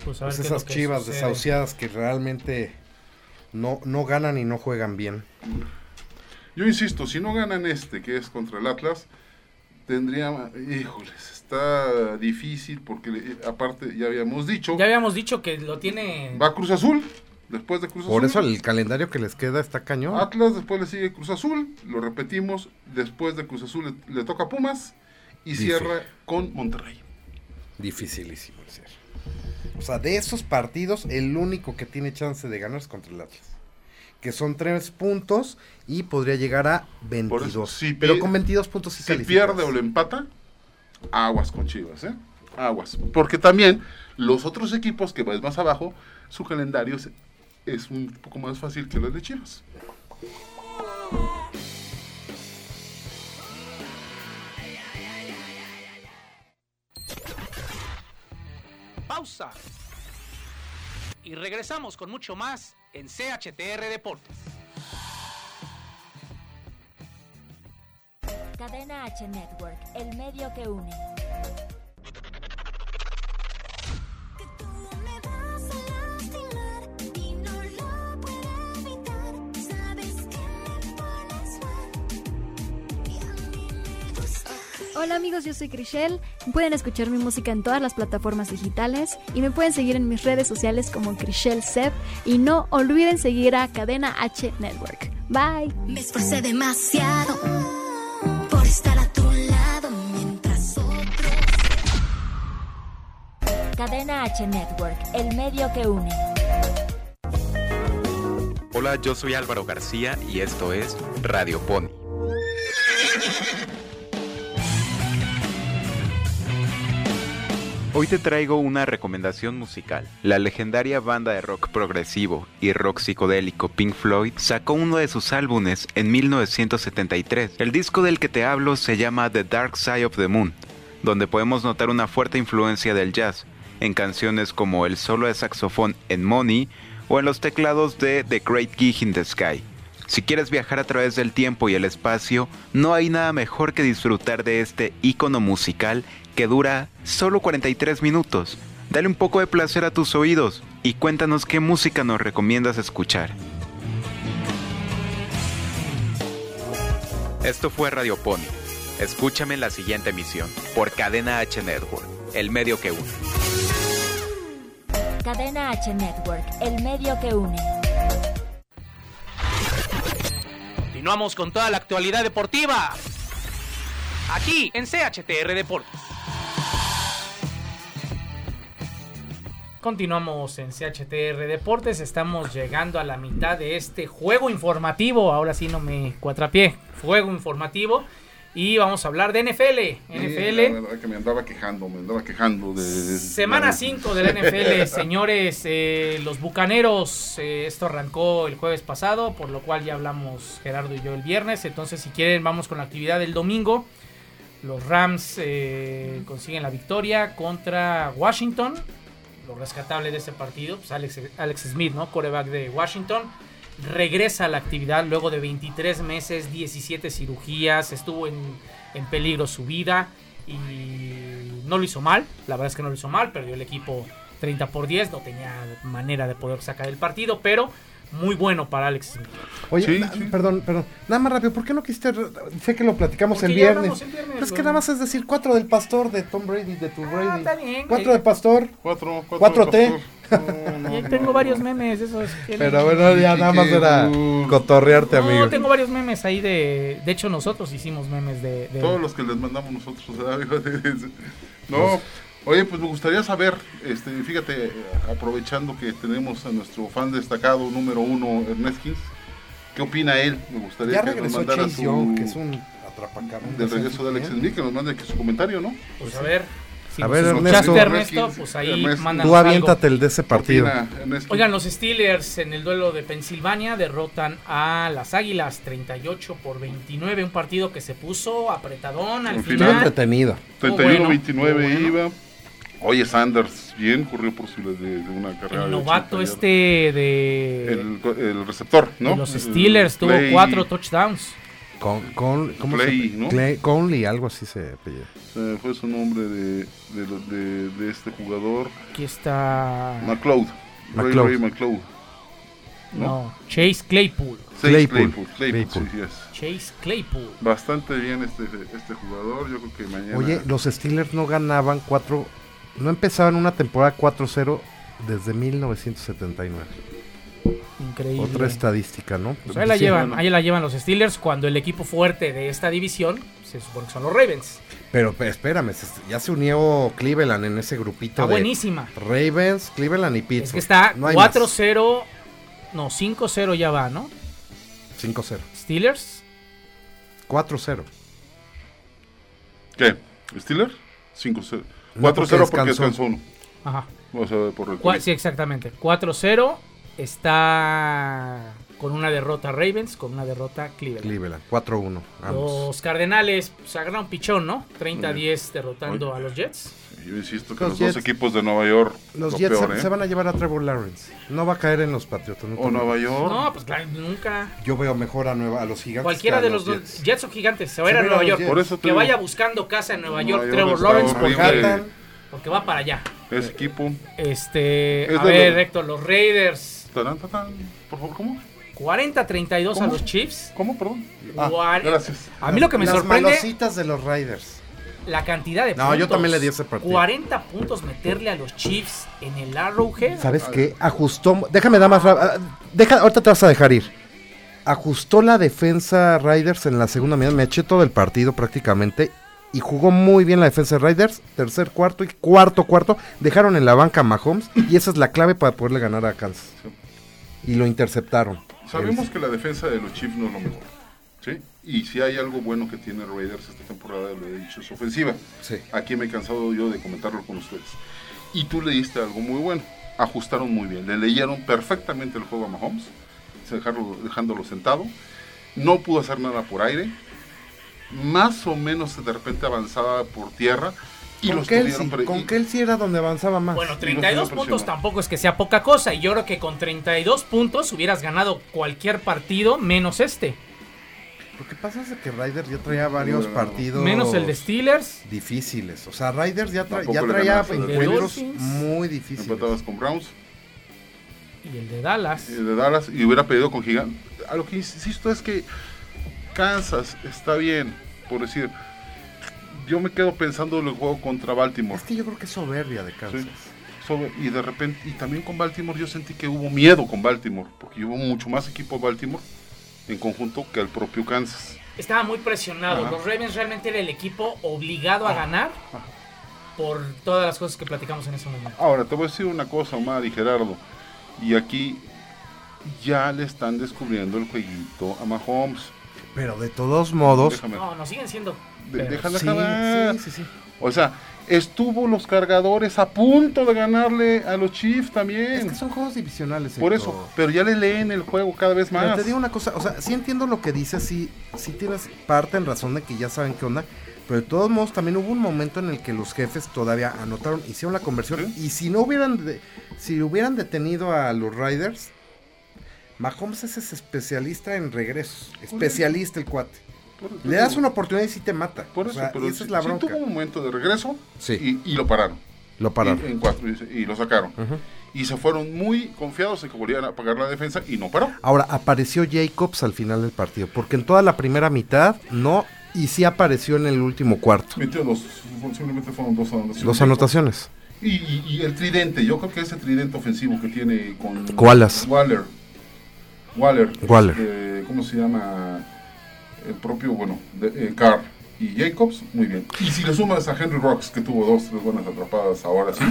S2: Pues a ver
S4: Pues
S2: qué es
S4: esas
S2: lo que
S4: chivas
S2: sucede.
S4: desahuciadas que realmente no, no ganan y no juegan bien.
S3: Yo insisto, si no ganan este, que es contra el Atlas, tendría, híjoles, está difícil porque le- aparte ya habíamos dicho,
S2: Ya habíamos dicho que lo tiene.
S3: va Cruz Azul, después de Cruz
S4: Por eso
S3: Azul.
S4: el calendario que les queda está cañón.
S3: Atlas, después le sigue Cruz Azul, lo repetimos, después de Cruz Azul le, le toca Pumas y
S4: Dice.
S3: cierra con Monterrey.
S4: Dificilísimo el cierre. O sea, de esos partidos, el único que tiene chance de ganar es contra el Atlas. Que son tres puntos y podría llegar a 22.
S3: si
S4: pero
S3: pier-
S4: con 22 puntos sí
S3: Si
S4: calificas.
S3: pierde o lo empata, aguas con Chivas, ¿eh? Aguas. Porque también los otros equipos que vas más abajo, su calendario es, es un poco más fácil que los de Chivas.
S2: Pausa. Y regresamos con mucho más en CHTR Deportes.
S1: Cadena H Network, el medio que une.
S6: Que tú me vas a lastimar y no lo puedo evitar. Sabes que me pones mal y a mí me gusta.
S10: Hola amigos, yo soy Crishel. Pueden escuchar mi música en todas las plataformas digitales y me pueden seguir en mis redes sociales como Crishel Sep y no olviden seguir a Cadena H Network. Bye.
S6: Me esforcé demasiado por estar a tu lado mientras otros.
S1: Cadena H Network, el medio que une.
S11: Hola, yo soy Álvaro García y esto es Radio Pony. Hoy te traigo una recomendación musical. La legendaria banda de rock progresivo y rock psicodélico Pink Floyd sacó uno de sus álbumes en 1973. El disco del que te hablo se llama The Dark Side of the Moon, donde podemos notar una fuerte influencia del jazz en canciones como el solo de saxofón en Money o en los teclados de The Great Gig in the Sky. Si quieres viajar a través del tiempo y el espacio, no hay nada mejor que disfrutar de este ícono musical que dura solo 43 minutos. Dale un poco de placer a tus oídos y cuéntanos qué música nos recomiendas escuchar. Esto fue Radio Pony. Escúchame en la siguiente emisión por Cadena H Network, el medio que une.
S1: Cadena H Network, el medio que une.
S2: Continuamos con toda la actualidad deportiva. Aquí en CHTR Deportes. Continuamos en CHTR Deportes. Estamos llegando a la mitad de este juego informativo. Ahora sí no me cuatrapié. Juego informativo. Y vamos a hablar de NFL. NFL.
S3: Y la verdad que me andaba quejando, me andaba quejando de...
S2: Semana 5 de la NFL, señores. eh, los Bucaneros, eh, esto arrancó el jueves pasado, por lo cual ya hablamos Gerardo y yo el viernes. Entonces, si quieren, vamos con la actividad del domingo. Los Rams eh, consiguen la victoria contra Washington. Lo rescatable de este partido, pues Alex, Alex Smith, ¿no? Coreback de Washington. Regresa a la actividad luego de 23 meses, 17 cirugías. Estuvo en, en peligro su vida y no lo hizo mal. La verdad es que no lo hizo mal. Perdió el equipo 30 por 10. No tenía manera de poder sacar el partido, pero muy bueno para Alex Smith.
S4: Oye,
S3: Sí,
S4: na-
S3: sí.
S4: perdón, perdón. Nada más rápido, ¿por qué no quisiste? re- Sé que lo platicamos
S2: Porque
S4: el
S2: ya
S4: viernes.
S2: hablamos el viernes,
S4: Pero es que
S2: güey. Ah,
S4: nada más es decir cuatro del pastor de Tom Brady, de tu Brady.
S2: está bien.
S4: Cuatro de pastor.
S3: Cuatro, cuatro,
S4: Cuatro T.
S3: pastor. No, no,
S2: Y ahí
S3: no,
S2: tengo
S3: no.
S2: varios memes, eso es que-
S4: Pero bueno, ya nada más era cotorrearte,
S2: No,
S4: amigo.
S2: tengo varios memes ahí de. De hecho, nosotros hicimos memes de. de-
S3: Todos los que les mandamos nosotros. ¿verdad, amigo? No, oye, pues me gustaría saber, este, fíjate, eh, aprovechando que tenemos a nuestro fan destacado número uno, Ernestins, ¿qué opina él? Me gustaría
S4: Ya
S3: que nos
S4: regresó
S3: mandara
S4: Chase
S3: su-
S4: Young, que es un ¿eh? atrapacabón.
S3: del regreso de Alex Smith, que nos mande aquí su comentario, ¿no?
S2: Pues a ver. Si
S4: A
S2: nos
S4: ver,
S2: escuchaste,
S4: Ernesto.
S2: Ernesto, pues ahí
S3: Ernesto.
S2: mándanos
S4: Tú aviéntate
S2: algo.
S4: el de ese partido.
S3: ¿Qué opina, Ernesto?
S2: Oigan, los Steelers en el duelo de Pensilvania derrotan a las Águilas 38 por 29. Un partido que se puso apretadón al
S3: Al
S4: Estuvo
S2: final.
S3: final.
S4: entretenido.
S2: bueno,
S3: 31-29
S2: muy bueno.
S3: iba. Oye, Sanders, bien corrió por su de, de una carrera.
S2: El
S3: de
S2: novato
S3: 80 yardas.
S2: este de,
S3: El, co- el receptor, ¿no?
S2: de los Steelers tuvo
S3: Play-
S2: cuatro touchdowns.
S4: Con, con- ¿cómo
S3: Clay,
S4: se-
S3: ¿no?
S4: Clay- Conley, algo así se apellida.
S3: se me Eh, fue su nombre de, de, lo- de- de este jugador.
S2: Aquí está.
S3: McLeod. Ray
S4: McLeod.
S3: Ray McLeod.
S2: No, Chase Claypool.
S3: Sí, Claypool. Claypool,
S4: Claypool.
S3: sí, yes.
S2: Chase Claypool.
S3: Bastante bien este, este jugador. Yo creo que mañana.
S4: Oye, los Steelers no ganaban 4, no empezaban una temporada 4-0 desde 1979.
S2: Increíble.
S4: Otra estadística, ¿no?
S2: Pues ahí la
S4: Sí.
S2: llevan, ahí la llevan los Steelers cuando el equipo fuerte de esta división se supone que son los Ravens.
S4: Pero pe- espérame, se- ya se unió Cleveland en ese grupito
S2: Está
S4: de
S2: buenísima.
S4: Ravens, Cleveland y Pittsburgh.
S2: Es que está
S4: No hay más.
S2: 4-0, no, 5-0 ya va, ¿no?
S4: 5-0.
S2: Steelers,
S4: 4-0.
S3: ¿Qué? ¿Steelers? 5-0.
S4: No,
S3: 4-0 porque
S4: porque
S3: descansó
S4: descansó.
S3: uno.
S2: ajá.
S3: O sea, por el
S2: Cua- Sí, exactamente. 4-0 está con una derrota Ravens, con una derrota Cleveland.
S4: Cleveland, 4-1. ambos.
S2: Los Cardenales sacaron un pichón, ¿no? 30-10 derrotando
S3: Oye.
S2: a los Jets.
S3: Yo insisto que los,
S4: Los
S3: dos
S4: Jets-
S3: equipos de Nueva York.
S4: Los
S3: lo
S4: Jets se-
S3: peor,
S4: se,
S3: ¿eh?
S4: van a llevar a Trevor Lawrence. No va a caer en los Patriotas. no
S3: O
S4: tengo-
S3: Nueva York.
S2: No, pues claro, nunca.
S4: Yo veo mejor a, nueva, a los gigantes.
S2: Cualquiera
S4: que a
S2: de los dos,
S4: Jets.
S2: Jets. o Gigantes, se va a ir a
S4: Se va
S2: Nueva
S4: a los
S2: York.
S4: Jets.
S3: Por eso te
S2: que
S3: digo,
S2: vaya buscando casa en Nueva York,
S3: Nueva
S2: Trevor
S3: está
S2: Lawrence,
S3: horrible.
S2: porque,
S4: Manhattan.
S2: porque va para allá.
S3: Ese equipo.
S2: Este,
S3: Es
S2: a
S3: de
S2: ver,
S3: los-
S2: Héctor, los Raiders
S3: Tarán, tarán. Por favor, ¿cómo?
S2: 40-32 a
S3: ¿Cómo?
S2: los Chiefs.
S3: ¿Cómo? Perdón.
S2: Ah, Guar-
S3: gracias.
S2: A mí lo que me
S4: Las
S2: sorprende
S4: malocitas de los Raiders.
S2: la cantidad de
S4: No, yo también le di ese partido.
S2: 40 puntos meterle a los Chiefs en el Arrowhead.
S4: ¿Sabes qué? Ajustó. Déjame dar más. ra- ah, Deja, ahorita te vas a dejar ir. Ajustó la defensa Riders en la segunda mitad. Me eché todo el partido prácticamente. Y jugó muy bien la defensa Riders. Tercer cuarto y cuarto cuarto. Dejaron en la banca a Mahomes. Y esa es la clave para poderle ganar a Kansas. Y lo interceptaron. Este.
S3: Sabemos que la defensa de los Chiefs no es lo mejor. ¿sí? Y si hay algo bueno que tiene Raiders esta temporada, lo he dicho, es ofensiva.
S4: Sí.
S3: Aquí me he cansado yo de comentarlo con ustedes. Y tú leíste algo muy bueno. Ajustaron muy bien. Le leyeron perfectamente el juego a Mahomes, se dejaron- dejándolo sentado. No pudo hacer nada por aire. Más o menos de repente avanzaba por tierra. Y
S4: con
S3: los
S4: Kelsey,
S3: tuvieron pre-
S4: con
S3: y-
S4: Kelsey era donde avanzaba más.
S2: Bueno,
S3: Digo,
S2: 32
S3: sí me
S2: puntos
S3: impresionó.
S2: tampoco es que sea poca cosa. Y yo creo que con 32 puntos hubieras ganado cualquier partido menos este.
S4: Lo que pasa es de que Riders ya traía varios
S3: Bueno.
S4: partidos.
S2: Menos el de Steelers.
S4: Difíciles. O sea, Riders ya, tra-
S3: Tampoco
S4: ya
S3: le
S4: traía
S3: ganas a los
S4: encuentros
S2: Dolphins.
S4: muy difíciles.
S3: Empatadas con Browns.
S2: Y el de Dallas.
S3: eh, de Dallas y hubiera pedido con Gigante. A lo que insisto es que Kansas está bien, por decir. Yo me quedo pensando en el juego contra Baltimore.
S4: Es que yo creo que es soberbia de Kansas.
S3: Sí. sobre- y de repente, y también con Baltimore, yo sentí que hubo miedo con Baltimore, porque hubo mucho más equipo Baltimore en conjunto que al propio Kansas.
S2: Estaba muy presionado.
S3: Ajá.
S2: Los Ravens realmente era el equipo obligado a ganar por todas las cosas que platicamos en ese momento.
S3: Ahora, te voy a decir una cosa, Omar y Gerardo. Y aquí ya le están descubriendo el jueguito a Mahomes.
S4: Pero de todos modos.
S3: Déjame.
S2: No, no siguen siendo.
S3: de-
S2: pero-
S3: déjame
S4: Ah, Sí,
S3: acabar.
S4: sí, sí, sí.
S3: O sea, estuvo los cargadores a punto de ganarle a los Chiefs
S4: Es
S3: también.
S4: que son juegos divisionales.
S3: Por
S4: Héctor.
S3: eso, pero ya le leen el juego cada vez
S4: Pero
S3: más.
S4: te digo una cosa, o sea, sí entiendo lo que dices, sí, sí tienes parte en razón de que ya saben qué onda, pero de todos modos también hubo un momento en el que los jefes todavía anotaron, hicieron la conversión, y si no hubieran, de- si hubieran detenido a los Riders, Mahomes es ese especialista en regresos, especialista el cuate.
S3: Por eso,
S4: Le das una oportunidad y sí te mata.
S3: Por
S4: o
S3: eso,
S4: sea,
S3: pero
S4: y esa
S3: sí-
S4: es la
S3: sí
S4: bronca.
S3: tuvo un momento de regreso
S4: Sí.
S3: y, y lo pararon.
S4: Lo
S3: Y, en cuatro, y, y lo sacaron. Y se fueron muy confiados en que volvían a pagar la defensa y no paró.
S4: Ahora, apareció Jacobs al final del partido, porque en toda la primera mitad no, y sí apareció en el último cuarto.
S3: Metió dos, simplemente fueron dos anotaciones.
S4: Dos anotaciones.
S3: Y, y- y el tridente, yo creo que ese tridente ofensivo que tiene con
S4: Koalas.
S3: Waller. Waller.
S4: Waller.
S3: este, ¿Cómo se llama? El propio, bueno, de- eh, Carr y Jacobs, muy bien. Y si le sumas a Henry Rocks, que tuvo dos, tres buenas atrapadas ahora sí.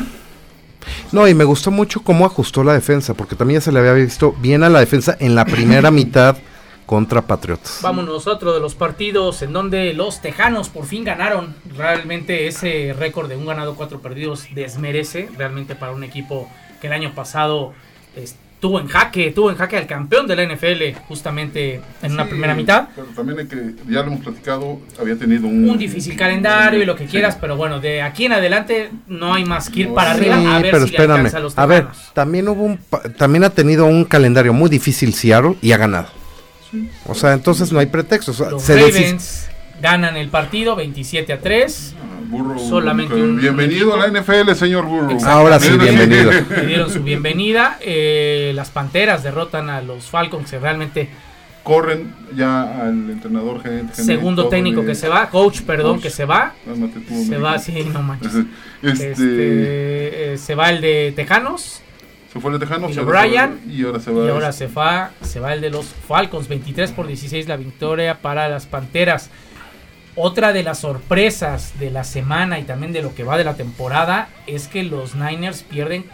S4: No, y me gustó mucho cómo ajustó la defensa, porque también ya se le había visto bien a la defensa en la primera mitad contra Patriotas.
S2: Vámonos, otro de los partidos en donde los Tejanos por fin ganaron. Realmente ese récord de un ganado, cuatro perdidos desmerece realmente para un equipo que el año pasado es- tuvo en jaque, tuvo en jaque al campeón de la NFL justamente en una
S3: Sí,
S2: primera mitad.
S3: Pero también hay que, ya lo hemos platicado, había tenido un...
S2: Un difícil calendario y lo que quieras, pero bueno, de aquí en adelante no hay más que ir para
S4: Sí,
S2: arriba a ver
S4: pero
S2: si le
S4: espérame.
S2: alcanza a los
S4: A ver,
S2: Tejanos.
S4: también hubo un, pa- también ha tenido un calendario muy difícil Seattle y ha ganado. O sea, entonces no hay pretextos.
S2: Los
S4: Se
S2: Ravens
S4: deshizo-
S2: ganan el partido 27 a 3. Solamente
S3: que-
S2: un
S3: ah, eh, bienvenido a la NFL, señor Burro.
S2: Exactamente.
S4: Ahora sí, bienvenido.
S2: Le dieron su bienvenida. eh, las Panteras derrotan a los Falcons que realmente
S3: Corren ya al entrenador gerente. eh,
S2: segundo técnico que se va, coach, perdón, que se va.
S3: Cálmate tú,
S2: Se
S3: hombre.
S2: va, sí, no manches.
S3: Este-
S2: Este, eh, se va el de Tejanos.
S3: Se fue el de Tejanos.
S2: Y
S3: se va-
S2: Brian.
S3: Y ahora se va. este,
S2: Y ahora se va, se va el de los Falcons. 23 por 16 la victoria para las Panteras. Otra de las sorpresas de la semana y también de lo que va de la temporada es que los Niners pierden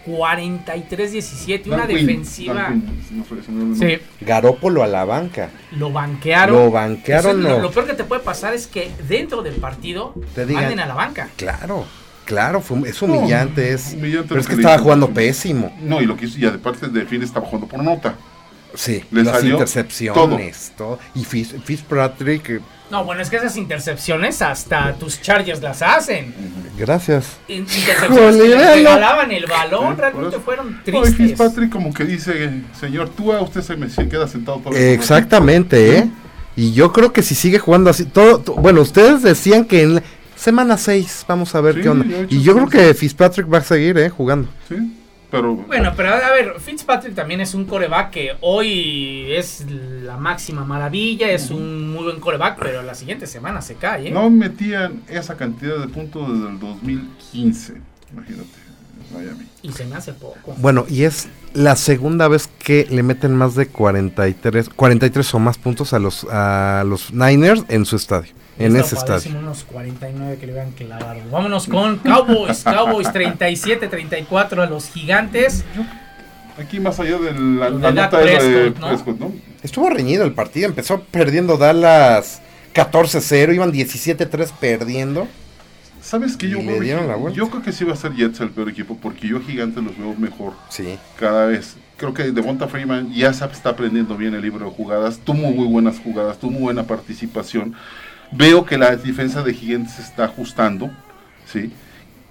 S2: 43-17. Una
S3: Dan Quinn,
S2: defensiva.
S3: Dan Quinn, se me fue- se me olvidó.
S2: Sí,
S4: Garópolo a la banca.
S2: lo banquearon.
S4: Lo banquearon,
S2: Eso es lo,
S4: no.
S2: lo peor que te puede pasar es que dentro del partido
S4: Te digan-
S2: manden a la banca.
S4: Claro, claro, fue- es humillante, es,
S3: humillante
S4: pero
S3: lo
S4: es
S3: que
S4: que
S3: le
S4: estaba
S3: hizo.
S4: jugando pésimo.
S3: No, y lo que hizo, y aparte de fin estaba jugando por nota.
S4: Sí,
S3: Le
S4: las
S3: salió
S4: intercepciones, todo. Y Fitz- Fitzpatrick, eh,
S2: No, bueno, es que esas intercepciones hasta tus Chargers las hacen.
S4: gracias.
S2: In- Intercepciones que
S4: Híjole,
S2: les
S4: velo.
S2: regalaban el balón,
S3: Sí,
S2: realmente
S3: por eso.
S2: fueron
S3: No, y
S2: tristes.
S3: Fitzpatrick como que dice, señor, tú a usted se me se queda sentado todo el tiempo".
S4: Exactamente, ¿eh? Y yo creo que si sigue jugando así, todo, to- bueno, ustedes decían que en la semana 6, vamos a ver
S3: Sí,
S4: qué onda.
S3: ya he hecho
S4: Y yo creo
S3: cosas.
S4: que Fitzpatrick va a seguir, ¿eh? Jugando.
S3: Sí, pero
S2: Bueno, pero a ver, Fitzpatrick también es un coreback que hoy es la máxima maravilla, es un muy buen coreback, pero la siguiente semana se cae, ¿eh?
S3: ah, no metían esa cantidad de puntos desde el 2015. Imagínate, Miami.
S2: Y se me hace poco.
S4: Bueno, y es la segunda vez que le meten más de 43, 43 o más puntos a los, a los Niners en su estadio, en
S2: Está
S4: ese estadio.
S2: padrísimo, unos 49 que le iban a clavar. Vámonos con Cowboys, Cowboys 37-34 a los gigantes.
S3: Aquí más allá de la,
S2: Lo
S3: la
S2: de Dak
S3: nota era de
S2: Prescott, ¿no?
S3: Prescott, ¿no?
S4: Estuvo reñido el partido, empezó perdiendo Dallas 14-0, iban 17-3 perdiendo.
S3: ¿Sabes que
S4: Y
S3: yo
S4: le
S3: creo que-
S4: dieron la vuelta.
S3: Yo creo que sí va a ser Jets el peor equipo porque yo Gigantes los veo mejor
S4: Sí.
S3: cada vez. Creo que Devonta Freeman ya se está aprendiendo bien el libro de jugadas, tuvo muy buenas jugadas, tuvo muy buena participación. Veo que la defensa de Gigantes se está ajustando, ¿sí?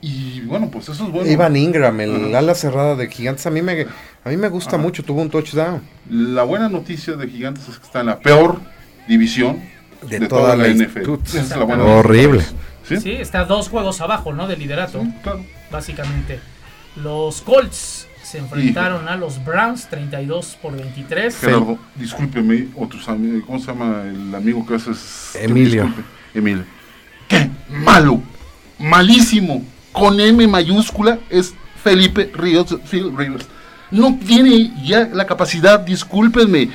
S3: Y bueno, pues eso es bueno.
S4: Ivan Ingram, el
S3: Ujú.
S4: ala cerrada de Gigantes, a mí me, a mí me gusta
S3: Ajá.
S4: mucho, tuvo un touchdown.
S3: La buena noticia de Gigantes es que está en la peor división
S4: De toda la
S3: NFL.
S4: institut.
S3: Esa es la buena
S4: Horrible.
S3: noticia. ¿Sí?
S2: Sí, está dos juegos abajo, ¿no? Del liderato,
S3: claro.
S2: básicamente. Los Colts se enfrentaron a los Browns 32 por 23.
S3: Gerardo, discúlpeme, otros ami- ¿cómo se llama el amigo que haces?
S4: Emilio.
S3: Disculpe, Emilio. ¡Qué malo! ¡Malísimo! Con M mayúscula es Felipe Ríos, Phil Rivers. No tiene ya la capacidad, discúlpenme.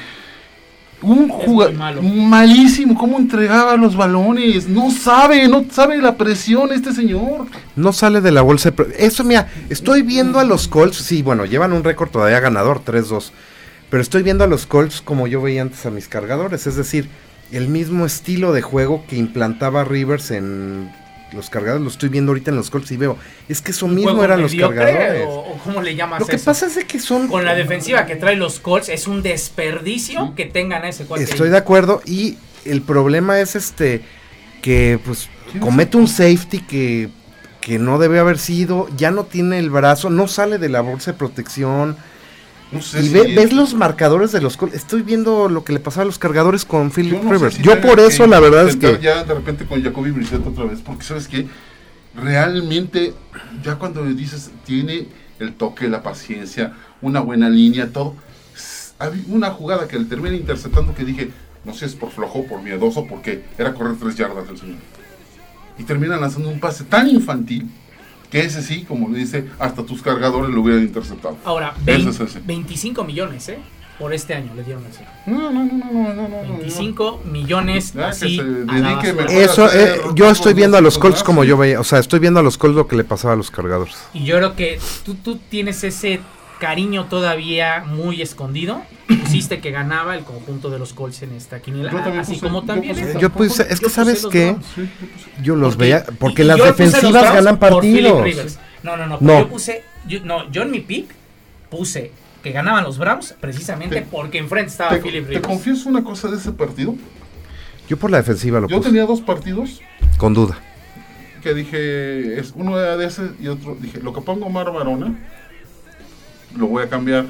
S3: Un jugador
S2: muy malo.
S3: malísimo, cómo entregaba los balones. No sabe, no sabe la presión este señor.
S4: No sale de la bolsa. de pro- Eso, mira, estoy viendo a los Colts. Sí, bueno, llevan un récord todavía ganador, 3-2. Pero estoy viendo a los Colts como yo veía antes a mis cargadores. Es decir, el mismo estilo de juego que implantaba Rivers en los cargadores. Lo estoy viendo ahorita en los Colts y veo. Es que eso mismo
S2: juego
S4: eran los
S2: mediocre,
S4: cargadores.
S2: O, o cómo le llamas
S4: Lo que
S2: eso?
S4: pasa es de que son.
S2: Con la defensiva que trae los Colts, es un desperdicio que tengan a ese cuate. ahí.
S4: Estoy de acuerdo. Y el problema es este. Que pues comete un safety que, que no debe haber sido. Ya no tiene el brazo. No sale de la bolsa de protección.
S3: No sé
S4: y
S3: si-
S4: ve- ves los marcadores de los Colts. Estoy viendo lo que le pasaba a los cargadores con Philip
S3: Yo no sé
S4: Rivers.
S3: si
S4: Yo
S3: tenga
S4: por eso, la verdad es
S3: intentar
S4: que.
S3: Ya de repente con Jacoby Brissett otra vez, porque sabes que realmente, ya cuando le dices, tiene el toque, la paciencia, una buena línea, todo. s- Había una jugada que le termina interceptando que dije, no sé si es por flojo, por miedoso, porque era correr tres yardas el señor. Y termina lanzando un pase tan infantil que ese sí, como le dice, hasta tus cargadores lo hubieran interceptado.
S2: Ahora,
S3: Ese
S2: 20
S3: es ese.
S2: 25 millones, ¿eh? Por este año le dieron eso.
S4: Ah,
S3: No, no, no, no, no, no, no, no.
S2: 25 millones
S3: Ya que
S2: así
S3: se
S2: a la
S3: dedique
S2: basura.
S3: mejor. Eh,
S4: Eso,
S3: hacer
S4: eh, yo estoy
S3: cosas
S4: viendo a los
S3: más
S4: Colts como
S3: fácil.
S4: yo veía. O sea, estoy viendo a los Colts lo que le pasaba a los cargadores.
S2: Y yo creo que tú, tú tienes ese cariño todavía muy escondido. Pusiste que ganaba el conjunto de los Colts en esta quiniela.
S3: Yo también
S2: Así
S3: puse-
S2: como
S3: yo
S2: también.
S3: puse-
S2: esta.
S4: Yo puse- es que
S2: Yo puse
S4: ¿sabes
S2: los
S4: qué?
S2: Browns.
S3: Sí, yo pues, puse-
S4: Yo los veía. Porque
S2: y- y
S4: las
S2: yo le puse a los
S4: defensivas
S2: Browns
S4: ganan
S2: por Phillip
S4: partidos.
S2: Rivers. No, no, no. pero
S4: No.
S2: Yo puse. yo- no, yo en mi pick puse que ganaban los Browns precisamente porque enfrente estaba
S3: Te,
S2: Ah, Philip
S3: te
S2: Rivers.
S3: confieso una cosa de ese partido.
S4: Yo por la defensiva lo
S3: Yo
S4: puse,
S3: tenía dos partidos
S4: con duda.
S3: que dije, es, uno era de ese y otro, dije, lo que pongo Omar Barona, lo voy a cambiar.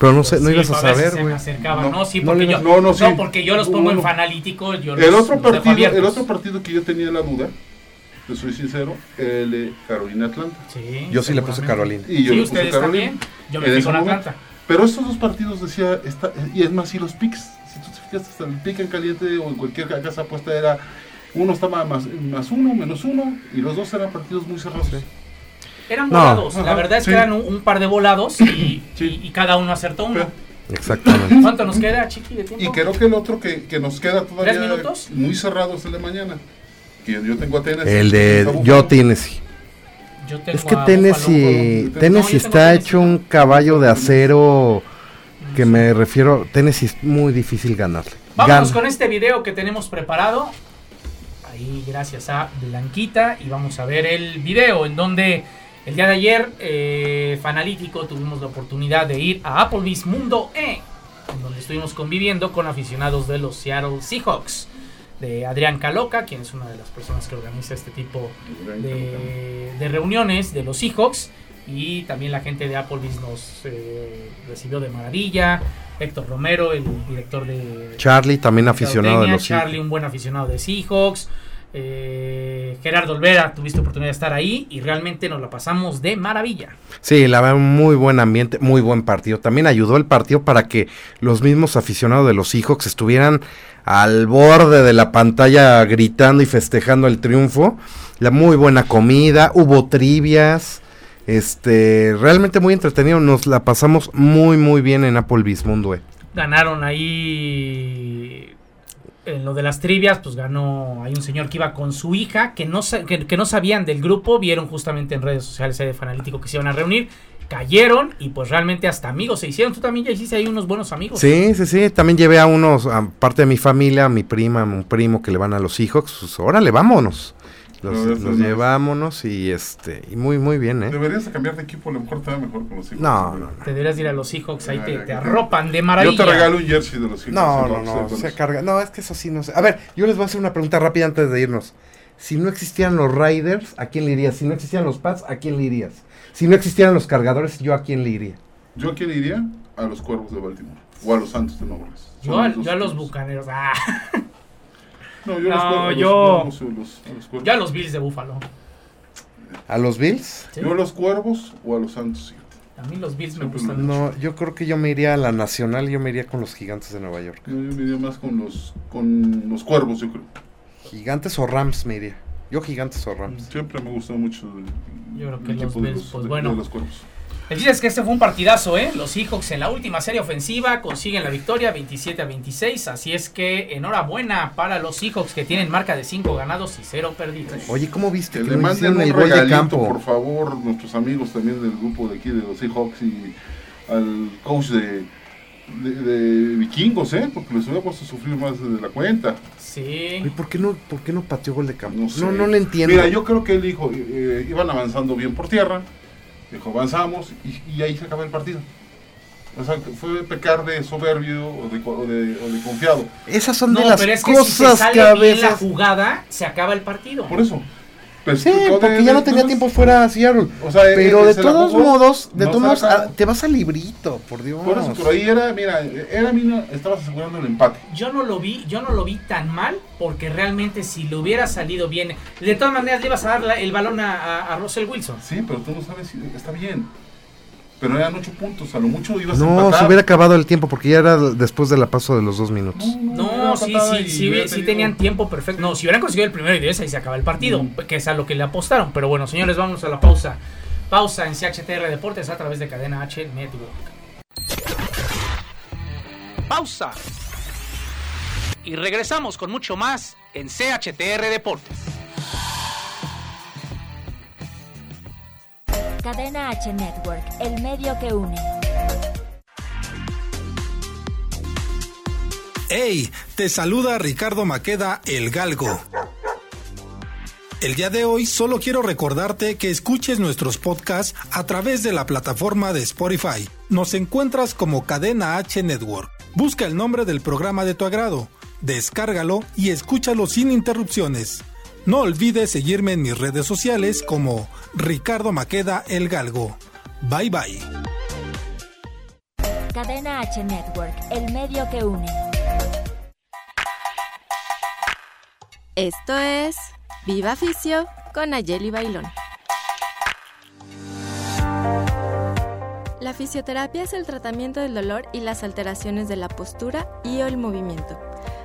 S4: Pero no sé, no
S2: Sí,
S4: ibas a
S2: veces
S4: saber,
S2: se me
S4: güey.
S2: acercaba.
S3: No,
S2: No, sí,
S3: no
S2: porque
S3: le-
S2: yo,
S3: no, no, sí.
S2: porque yo los pongo en
S3: Uno.
S2: fanalítico. Yo los,
S3: El otro,
S2: los dejo
S3: partido,
S2: abiertos.
S3: el otro partido que yo tenía la duda, te soy sincero, el de Carolina Atlanta.
S2: Sí,
S4: Yo sí le puse
S2: seguramente.
S4: Carolina.
S3: Y yo
S2: Sí,
S3: le puse
S2: ustedes
S3: Carolina.
S2: también. Yo me
S3: En
S2: fui
S3: ese
S2: con
S3: momento.
S2: Atlanta.
S3: Pero estos dos partidos decía, está, y es más, si los picks, si tú te fijas, hasta el pick en caliente o en cualquier ca- casa apuesta era, uno estaba más, más uno, menos uno, y los dos eran partidos muy cerrados.
S2: Eran
S4: No.
S2: volados. La
S3: Ajá,
S2: verdad es
S3: sí.
S2: que eran un, un par de volados y, y- y cada uno acertó uno.
S4: Exactamente.
S2: ¿Cuánto nos queda, Chiqui, de tiempo?
S3: Y creo que el otro que, que nos queda todavía
S2: ¿Tres minutos?
S3: muy cerrado es el de mañana. Que yo tengo a Tennessee.
S4: El
S3: está
S4: de
S3: Buffalo.
S4: yo Tennessee.
S2: Yo tengo
S4: Es que
S2: a
S4: Tennessee,
S3: Buffalo.
S2: No, yo
S4: Tennessee
S2: tengo
S4: está
S2: Tennessee.
S4: hecho un caballo de acero que me refiero, Tennessee es muy difícil ganarle.
S2: Vámonos
S4: Gan-
S2: con este video que tenemos preparado. Ahí, gracias a Blanquita. Y vamos a ver el video en donde el día de ayer, eh, Fanalítico, tuvimos la oportunidad de ir a Applebee's Mundo E, en donde estuvimos conviviendo con aficionados de los Seattle Seahawks. De Adrián Caloca, quien es una de las personas que organiza este tipo de, de reuniones de los Seahawks. Y también la gente de Applebee's nos eh, recibió de maravilla. Héctor Romero, el director de,
S4: Charlie también aficionado de
S2: Claudeña,
S4: los
S2: Charlie, un buen aficionado de Seahawks. eh, Gerardo Olvera, tuviste oportunidad de estar ahí y realmente nos la pasamos de maravilla.
S4: Sí, la verdad, un muy buen ambiente, muy buen partido. También ayudó el partido para que los mismos aficionados de los Seahawks estuvieran al borde de la pantalla gritando y festejando el triunfo. La muy buena comida, hubo trivias. Este, realmente muy entretenido, nos la pasamos muy muy bien en Applebee's Mundo. eh.
S2: Ganaron ahí en lo de las trivias, pues ganó hay un señor que iba con su hija, que no, sa- que, que no sabían del grupo, vieron justamente en redes sociales ahí de Fanalítico que se iban a reunir, cayeron y pues realmente hasta amigos se hicieron. Tú también ya hiciste ahí unos buenos
S3: Oh,
S2: amigos.
S4: Sí, sí, sí, también llevé a unos, a parte de mi familia, a mi prima, a un primo que le van a los Seahawks, pues órale, vámonos. Los,
S3: No, eso
S4: los
S3: no.
S4: llevámonos y este, y muy muy bien, eh.
S3: Deberías de cambiar de equipo, a lo mejor te va mejor con los hijos.
S4: No, no, no.
S2: Te deberías ir a los Seahawks, ahí te,
S3: Ay,
S2: te
S3: ay,
S2: arropan de maravilla.
S3: Yo te regalo un jersey de los hijos.
S4: No, no, no, se carga. No, es que eso sí no sé. A ver, yo les voy a hacer una pregunta rápida antes de irnos. Si no existieran los Raiders, ¿a quién le irías? Si no existieran los Pats, ¿a quién le irías? Si no existieran los cargadores, ¿yo a quién le iría?
S3: Yo a quién iría? A los cuervos de Baltimore. O a los santos de Nueva Orleans.
S2: Yo,
S3: Son
S2: a-
S3: dos
S2: yo a los
S3: equipos.
S2: bucaneros. Ah,
S3: No, yo a los
S2: No,
S3: cuervos, a los
S2: yo-
S3: cuervos, o a los- a los cuervos.
S2: yo a los Bills de Búfalo.
S4: ¿A los Bills?
S2: ¿sí?
S3: Yo a los cuervos o a los santos. fíjate.
S2: A mí los Bills me
S3: Siempre
S2: gustan. mucho.
S4: pues, No, yo creo que yo me iría a la Nacional, yo me iría con los Gigantes de Nueva York.
S3: Yo, yo me iría más con los, con los cuervos, yo creo.
S4: Gigantes o Rams me iría. Yo Gigantes o Rams.
S3: Siempre me gustó mucho el,
S2: Yo creo
S3: el
S2: que los
S3: equipo de
S2: Bills, pues,
S3: de-
S2: bueno.
S3: de los cuervos.
S2: El chiste es que este fue un partidazo, ¿eh? Los Seahawks en la última serie ofensiva consiguen la victoria 27 a 26. Así es que enhorabuena para los Seahawks que tienen marca de 5 ganados y 0 perdidos.
S4: Oye, ¿cómo viste
S3: Que
S4: que,
S3: le
S4: no
S3: manden
S4: hicieron
S3: un
S4: el gol de
S3: regalito,
S4: campo?
S3: por favor, nuestros amigos también del grupo de aquí de los Seahawks y al coach de, de, de vikingos, ¿eh? Porque les hubiera puesto a sufrir más de la cuenta.
S4: Oye,
S2: Sí.
S4: ¿Por qué no, por qué no pateó gol de campo?
S3: No, sé.
S4: no, no le entiendo.
S3: Mira, yo creo que él dijo, eh, eh, iban avanzando bien por tierra, dijo, avanzamos y, y ahí se acaba el partido. O sea, que fue pecar de soberbio o de, co- o de- o de confiado.
S4: Esas son
S2: No,
S4: de las
S2: pero es que si se
S4: cosas
S2: sale
S4: que a
S2: bien la
S4: veces-
S2: jugada, se acaba el partido.
S3: Por eso. Pues,
S4: Sí,
S3: pecó de-
S4: porque ya
S3: de-
S4: no tenía
S3: más.
S4: tiempo fuera a Seattle.
S3: O sea,
S4: Pero
S3: eh,
S4: de
S3: se la
S4: todos
S3: jugó,
S4: modos, de
S3: no
S4: todos
S3: se la
S4: modos,
S3: acabó.
S4: ah, te vas al librito, por Dios.
S3: Por eso, pero ahí era, mira, era, mira, estabas asegurando el empate.
S2: Yo no lo vi, yo no lo vi tan mal, porque realmente si le hubiera salido bien, de todas maneras le ibas a dar la- el balón a, a- a Russell Wilson.
S3: Sí, pero tú no sabes si está bien. Pero eran ocho puntos, a lo mucho ibas a
S4: No,
S3: empatar.
S4: se hubiera acabado el tiempo porque ya era después de la paso de los dos minutos.
S2: No,
S3: era
S2: sí,
S3: patada
S2: sí,
S3: y
S2: sí,
S3: hubiera
S2: sí
S3: tenido-
S2: tenían tiempo perfecto. No, si hubieran conseguido el primero y diez, ahí se acaba el partido,
S3: Mm.
S2: que es a lo que le apostaron. Pero bueno, señores, vamos a la pausa. Pausa en CHTR Deportes a través de Cadena H Network. Pausa. Y regresamos con mucho más en CHTR Deportes.
S1: Cadena H Network, el medio que une.
S12: ¡Hey! Te saluda Ricardo Maqueda, el galgo. El día de hoy solo quiero recordarte que escuches nuestros podcasts a través de la plataforma de Spotify. Nos encuentras como Cadena H Network. Busca el nombre del programa de tu agrado, descárgalo y escúchalo sin interrupciones. No olvides seguirme en mis redes sociales como Ricardo Maqueda El Galgo. Bye bye.
S1: Cadena H Network, el medio que une.
S13: Esto es Viva Ficio con Ayeli Bailón. La fisioterapia es el tratamiento del dolor y las alteraciones de la postura y o el movimiento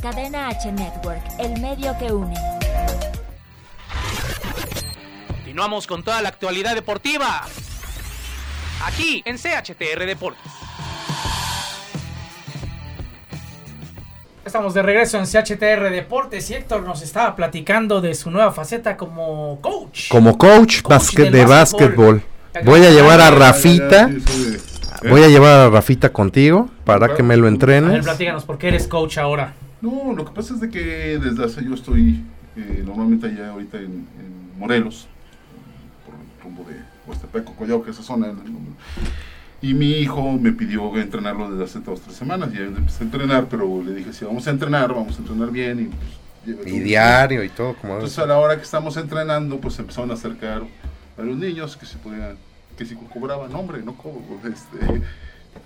S1: Cadena H Network, el medio que une.
S2: Continuamos con toda la actualidad deportiva. Aquí en CHTR Deportes. Estamos de regreso en CHTR Deportes y Héctor nos estaba platicando de su nueva faceta como coach.
S4: Como coach, basque-
S2: del
S4: de
S2: básquetbol.
S4: básquetbol. Voy a llevar a Rafita.
S3: ¿Eh?
S4: Voy a llevar a Rafita contigo para que me lo
S2: A ver,
S4: entrenes.
S2: platícanos, ¿por qué eres coach ahora?
S3: No, lo que pasa es de que desde hace yo estoy eh, normalmente allá ahorita en, en Morelos, por el rumbo de Huastepeco, Collao, que es esa zona. ¿no? Y mi hijo me pidió entrenarlo desde hace dos tres semanas. Y ahí empecé a entrenar, pero le dije, si vamos a entrenar, vamos a entrenar bien. Y, pues, llévate
S4: Y
S3: un-
S4: diario y todo, como
S3: entonces Pues, a la hora que estamos entrenando, pues se empezaron a acercar a los niños que se podían, que si cobraban, no, hombre, no cobro, este,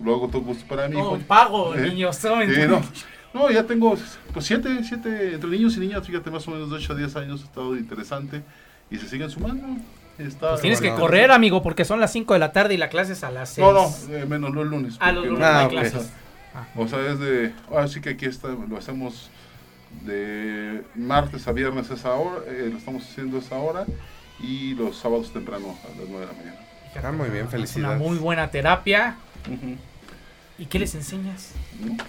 S3: lo hago todo gusto para mí. pues".
S2: No, pago, niños, tomen.
S3: ¿Eh? no. No, ya tengo, pues siete, siete, entre niños y niñas, fíjate, más o menos de 8 a 10 años ha estado interesante y se siguen sumando. Está,
S2: Pues tienes que correr, amigo, porque son las 5 de la tarde y la clase es a las 6.
S3: No, no, eh, menos los lunes.
S2: Ah, los
S3: porque
S2: lunes
S3: no-
S2: no hay Ah, ok. clases.
S3: O sea, es de. Ahora sí que aquí está, lo hacemos de martes a viernes a esa hora, eh, lo estamos haciendo a esa hora y los sábados temprano a las 9 de la mañana.
S4: Ah, muy bien,
S2: Una
S4: felicidades.
S2: muy buena terapia. ¿Y qué les enseñas?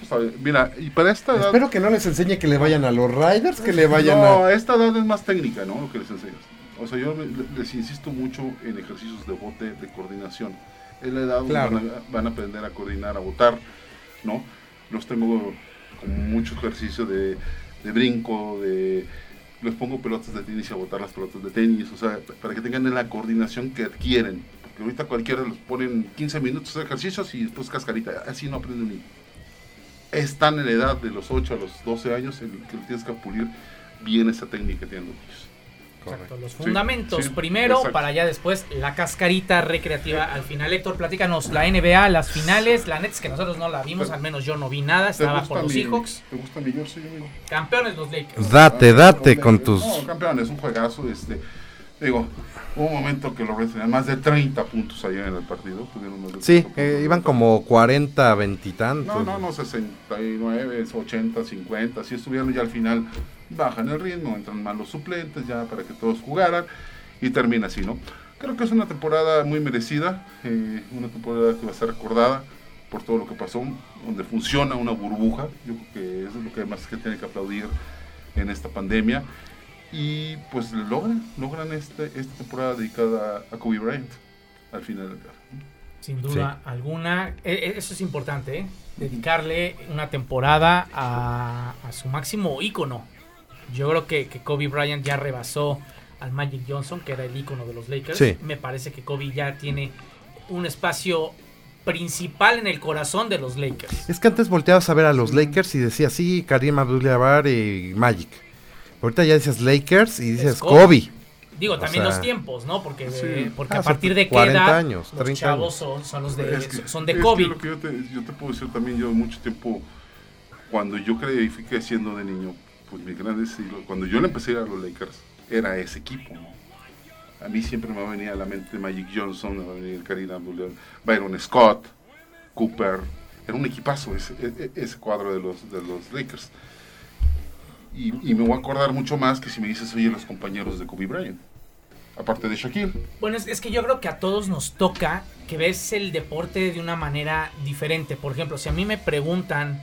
S3: O sea, Mm, mira, y para esta edad.
S5: Espero que no les enseñe que le vayan a los Riders, que le vayan
S3: no,
S5: a.
S3: esta edad es más técnica, ¿no? Lo que les enseñas. O sea, yo le- les insisto mucho en ejercicios de bote, de coordinación. Es la edad donde
S5: Claro.
S3: van, a, van a aprender a coordinar, a botar, ¿no? Los tengo con mucho ejercicio de, de brinco, de... Les pongo pelotas de tenis y a botar las pelotas de tenis, o sea, para que tengan la coordinación que adquieren. Porque ahorita cualquiera les ponen 15 minutos de ejercicios y después cascarita. Así no aprenden ni están en la edad de los 8 a los 12 años en que tienes que pulir bien esa técnica que tienen los niños.
S2: Exacto, los
S3: Sí,
S2: fundamentos
S3: sí,
S2: primero
S3: exacto.
S2: para ya después la cascarita recreativa al final. Héctor, platícanos la NBA, las finales. La neta es que nosotros no la vimos, al menos yo no vi nada. Estaba
S3: gusta
S2: por los
S3: mi-
S2: Seahawks.
S3: ¿Te gusta mi Jersey, amigo?
S2: Campeones los Lakers.
S4: Date, date con tus-
S3: No, campeones, un juegazo. Este, digo, hubo un momento que los Reds tenían más de 30 puntos ayer en el partido. tuvieron más de
S4: Sí,
S3: 30 puntos.
S4: eh, iban como 40, veintitantos.
S3: No, no, no, 69, 80, 50, si estuvieron ya al final, bajan el ritmo, entran mal los suplentes ya para que todos jugaran y termina así, ¿no? Creo que es una temporada muy merecida, eh, una temporada que va a ser recordada por todo lo que pasó, donde funciona una burbuja, yo creo que eso es lo que más que tiene que aplaudir en esta pandemia. Y pues logran, logran este, esta temporada dedicada a Kobe Bryant al final del día.
S2: Sin duda alguna. E- e- Eso es importante, ¿eh? Dedicarle una temporada a, a su máximo ícono. Yo creo que, que Kobe Bryant ya rebasó al Magic Johnson, que era el ícono de los Lakers.
S4: Sí.
S2: Me parece que Kobe ya tiene un espacio principal en el corazón de los Lakers.
S4: Es que antes volteabas a ver a los Lakers y decías, sí, Karim Abdul-Jabbar y Magic. Ahorita ya dices Lakers y dices
S2: Kobe.
S4: Kobe.
S2: Digo,
S4: O
S2: también
S4: sea,
S2: los tiempos, ¿no? Porque,
S4: sí.
S2: eh, porque
S4: Ah,
S2: a
S4: hace
S2: partir de qué
S4: 40
S2: edad
S4: años,
S2: los
S4: 30
S2: chavos
S4: años.
S2: son, son los de,
S3: Es que-
S2: son de
S3: es que
S2: COVID.
S3: lo que yo, te, yo te puedo decir también, yo mucho tiempo, cuando yo creí, fui creciendo de niño, pues mi gran estilo, cuando yo le empecé a ir a los Lakers, era ese equipo, ¿no? A mí siempre me venía a la mente Magic Johnson, me venía Karim Abdul, Byron Scott, Cooper. Era un equipazo ese, e- e- ese cuadro de los, de los Lakers. Y, y me voy a acordar mucho más que si me dices, oye, los compañeros de Kobe Bryant. Aparte de Shaquille.
S2: Bueno, es, es que yo creo que a todos nos toca que ves el deporte de una manera diferente. Por ejemplo, si a mí me preguntan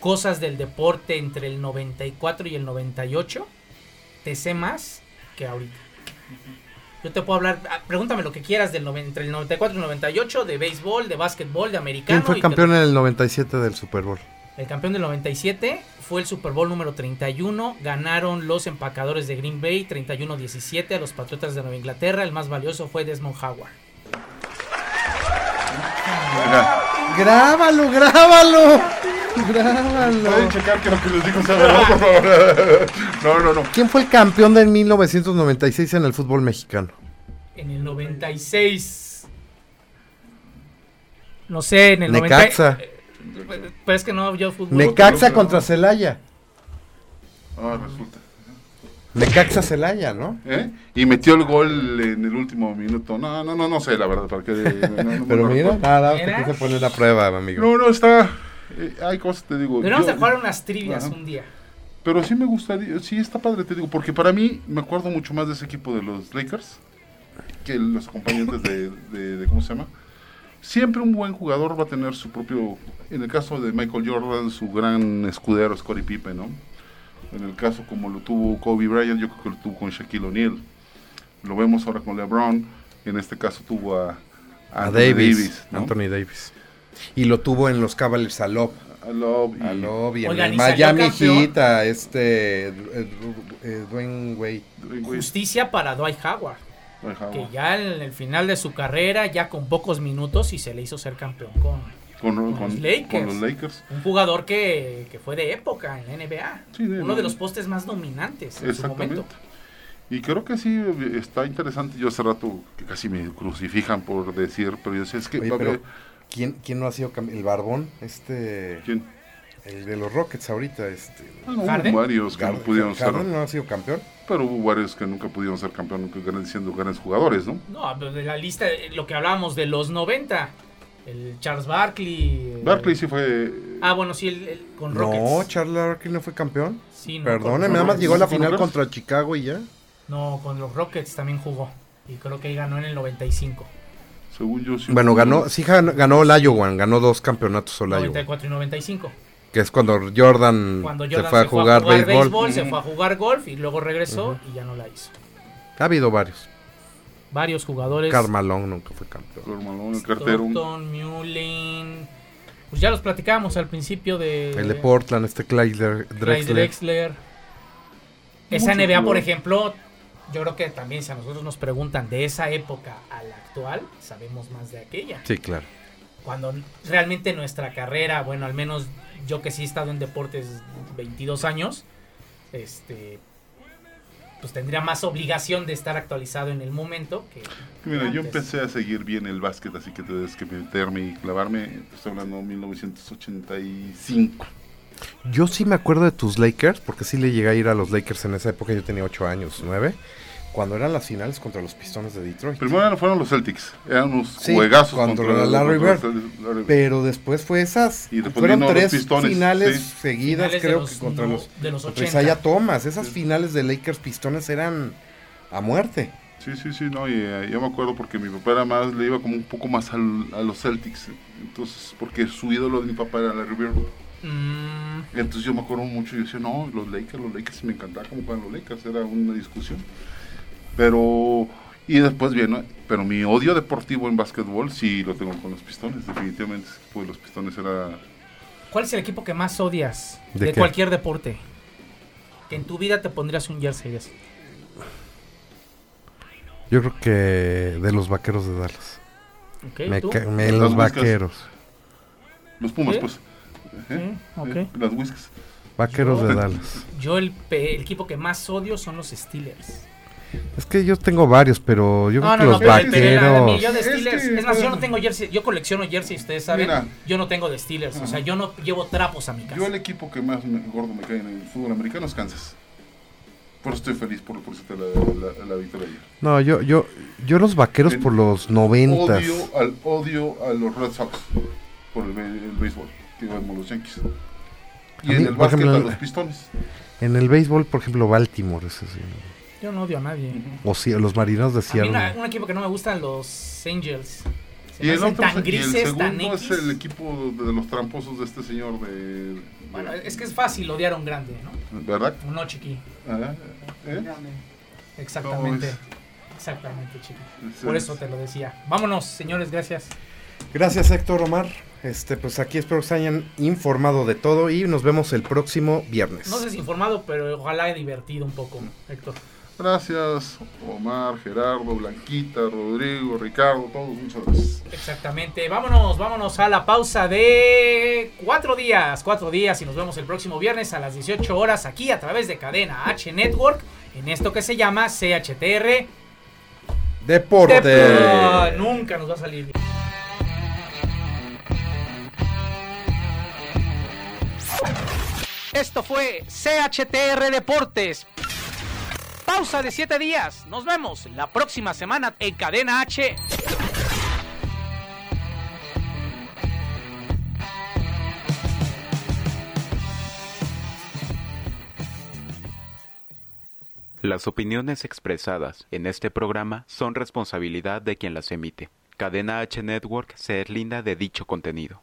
S2: cosas del deporte entre el 94 y el 98, te sé más que ahorita. Yo te puedo hablar, ah, pregúntame lo que quieras del noven- entre el 94 y el 98, de béisbol, de básquetbol, de americano.
S4: ¿Quién fue
S2: y te-
S4: campeón en el 97 del Super Bowl?
S2: el campeón del 97 fue el Super Bowl número 31. Ganaron los empacadores de Green Bay 31-17 a los Patriotas de Nueva Inglaterra. El más valioso fue Desmond Howard.
S5: Grábalo, grábalo. Grábalo.
S3: Pueden checar que lo que les digo sea verdad, por favor. No, no, no.
S4: ¿Quién fue el campeón del 1996 en el fútbol mexicano?
S2: En el 96. No sé, en el
S4: Necaxa.
S2: 90. eh, Pero es que no, yo fútbol.
S4: Necaxa contra Celaya.
S3: Ah, resulta.
S4: Necaxa Celaya, ¿no?
S3: ¿Eh? Y metió el gol en el último minuto. No, no, no, no sé, la verdad. para qué- no, no, no
S4: Pero
S3: me
S4: mira, Ah,
S3: acuerdo.
S4: nada, te quise poner a prueba, amigo.
S3: No, no, está. eh, hay cosas, te digo.
S2: Deberíamos
S3: yo-
S2: de jugar unas trivias
S3: Ajá.
S2: un día.
S3: Pero sí me gustaría, sí está padre, te digo, porque para mí me acuerdo mucho más de ese equipo de los Lakers que los acompañantes de, de- de- ¿cómo se llama? Siempre un buen jugador va a tener su propio, en el caso de Michael Jordan, su gran escudero, Scottie Pippen, ¿no? En el caso como lo tuvo Kobe Bryant, yo creo que lo tuvo con Shaquille O'Neal. Lo vemos ahora con LeBron, en este caso tuvo a,
S4: A
S3: Anthony
S4: Davis,
S3: ¿no?
S4: Anthony Davis. Y lo tuvo en los Cavaliers a Love.
S3: A Love y-
S4: A Love y en
S2: Oigan,
S4: el
S2: ¿y salió
S4: Miami
S2: campeón?
S4: Heat a este eh, Ru- eh, Dwayne Wade.
S2: Justicia para Dwight Howard.
S3: Dwight Howard.
S2: Que ya en el final de su carrera, ya con pocos minutos, y se le hizo ser campeón con,
S3: Con,
S2: con
S3: con-
S2: los Lakers.
S3: con los Lakers.
S2: Un jugador que, que fue de época en la NBA.
S3: de-
S2: Uno de los postes más dominantes en su
S3: Exactamente.
S2: momento.
S3: Y creo que sí eh, está interesante. Yo hace rato que casi me crucifican por decir, pero yo decía, es que
S4: Oye,
S3: va a
S4: pero
S3: haber-
S4: ¿quién, ¿quién no ha sido cam- el barbón? Este,
S3: ¿Quién?
S4: El de los Rockets ahorita. Este,
S3: Ah, no, hubo varios que no
S4: Garden-
S3: pudieron ser.
S4: Harden no ha sido campeón.
S3: Pero hubo varios que nunca pudieron ser campeón, que ganan siendo grandes jugadores, ¿no?
S2: No, pero de la lista, eh, lo que hablábamos de los 90. El Charles Barkley. el-
S3: Barkley sí fue.
S2: Ah, bueno, sí, el, el- con Rockets.
S4: No, Charles Barkley no fue campeón.
S2: Sí, no,
S4: Perdóneme,
S2: con-
S4: nada más
S2: con-
S4: llegó a la
S2: con
S4: final
S2: Rockets.
S4: contra Chicago y ya.
S2: No, con los Rockets también jugó. Y creo que ahí ganó en el 95.
S3: Según yo sí.
S4: Bueno, ganó, sí ganó- ganó el Iowa, ganó dos campeonatos solo Iowa.
S2: 94 y 95.
S4: Que es cuando Jordan,
S2: Cuando
S4: Mm. se
S2: Jordan
S4: fue a jugar, béisbol.
S2: se fue a jugar golf y luego regresó y ya no la hizo.
S4: Ha habido varios.
S2: Varios jugadores.
S4: Carmalón nunca fue campeón.
S3: Carmalón, el
S2: Thornton, Mullin. Pues ya los platicábamos al principio de.
S4: El de Portland, este Clyde Dre-
S2: Clyde
S4: Drexler.
S2: Drexler. Esa
S3: Muchos
S2: NBA, por
S3: jugadores.
S2: ejemplo, yo creo que también si a nosotros nos preguntan de esa época a la actual, sabemos más de aquella.
S4: Sí, claro.
S2: Cuando realmente nuestra carrera, bueno, al menos yo que sí he estado en deportes 22 años, este pues tendría más obligación de estar actualizado en el momento que
S3: Mira, yo
S2: antes.
S3: empecé a seguir bien el básquet, así que tienes que meterme y clavarme. Estoy hablando de 1985.
S4: Yo sí me acuerdo de tus Lakers, porque sí le llegué a ir a los Lakers en esa época, yo tenía 8 años, 9, cuando eran las finales contra los Pistones de Detroit.
S3: Primero fueron los Celtics, eran unos
S4: Sí,
S3: juegazos
S4: contra
S3: contra
S4: Larry
S3: contra los
S4: Bird.
S3: Celtics, Larry Bird.
S4: Pero después fue esas,
S3: Y después
S4: fueron
S3: vino los
S4: tres
S3: Pistones,
S4: finales
S3: sí.
S4: seguidas,
S2: Finales de
S4: creo
S2: los
S4: que contra
S2: no-
S4: los,
S2: de los
S4: contra
S2: 80.
S4: Isaiah Thomas, esas finales de Lakers Pistones eran a muerte.
S3: Sí, sí, sí, no, y, eh, yo me acuerdo porque mi papá era más, le iba como un poco más al- a los Celtics, eh, entonces, porque su ídolo de mi papá era Larry Bird.
S2: Mm,
S3: Entonces yo me acuerdo mucho, yo decía, no, los Lakers, los Lakers, y me encantaba como para los Lakers, era una discusión. Pero, y después bien, ¿no? pero mi odio deportivo en básquetbol sí lo tengo con los pistones, definitivamente, pues los pistones era...
S2: ¿Cuál es el equipo que más odias
S3: ¿De
S2: de,
S3: qué?
S2: cualquier deporte? Que en tu vida te pondrías un jersey de ese.
S4: Yo creo que de los vaqueros de Dallas.
S2: Ok,
S4: me
S2: ¿Eh, ¿tú?
S4: ca- me-
S3: Las
S4: los
S3: Whiskas.
S4: vaqueros.
S3: Los Pumas,
S2: ¿Sí?
S3: pues. ¿eh?
S2: Sí, ok.
S3: Eh, Las Whiskas.
S4: Vaqueros de
S3: Yo-
S4: Dallas.
S2: Yo el, pe- el equipo que más odio son los Steelers.
S4: Es que yo tengo varios, pero yo
S2: No, no,
S4: creo
S2: no,
S4: que
S2: pero-
S4: los
S2: pero la- la- mira,
S4: vaqueros.
S2: yo de
S3: Es
S2: Steelers,
S3: que-
S2: es más, yo no tengo jersey, yo colecciono jersey, ustedes saben,
S3: Mira.
S2: yo no tengo de Steelers, o sea, yo no llevo trapos a mi casa.
S3: Yo el equipo que más me- gordo me cae en el fútbol americano es Kansas. Por eso estoy feliz por, por cierto, la, la- la victoria ayer.
S4: No, yo, yo, yo los vaqueros por los noventas.
S3: Odio, al, odio a los Red Sox por el, be- el béisbol. Digo, amo los Yankees. Y
S4: A
S3: en
S4: mí,
S3: el
S4: por
S3: básquet
S4: ejemplo,
S3: a
S4: el-
S3: los Pistones.
S4: En el béisbol, por ejemplo, Baltimore es así.
S2: Yo no odio a nadie.
S4: O si- los marinos de
S2: A mí
S4: Seattle.
S2: una- un equipo que no me gustan los Angels. Se
S3: Y
S2: me
S3: el,
S2: hacen
S3: otro,
S2: tan
S3: y el
S2: grises, tan
S3: segundo
S2: X.
S3: es el equipo de los tramposos de este señor de... de-
S2: Bueno, es que es fácil odiar a un grande, ¿no?
S3: ¿Verdad?
S2: Uno chiqui.
S3: Ah, ¿eh?
S2: Exactamente.
S3: No,
S2: Exactamente, chiqui.
S3: Ese
S2: Por
S3: es.
S2: eso te lo decía. Vámonos, señores, gracias.
S4: Gracias Héctor Omar. Este, pues aquí espero que se hayan informado de todo y nos vemos el próximo viernes.
S2: No sé si informado, pero ojalá he divertido un poco,
S3: Mm.
S2: Héctor.
S3: Gracias, Omar, Gerardo, Blanquita, Rodrigo, Ricardo, todos, muchas gracias.
S2: Exactamente. Vámonos, vámonos a la pausa de cuatro días. Cuatro días y nos vemos el próximo viernes a las 18 horas aquí a través de cadena H Network en esto que se llama CHTR.
S4: Deporte.
S2: Ah, nunca nos va a salir bien. Esto fue CHTR Deportes. Pausa de 7 días. Nos vemos la próxima semana en Cadena H.
S11: Las opiniones expresadas en este programa son responsabilidad de quien las emite. Cadena H Network se deslinda de dicho contenido.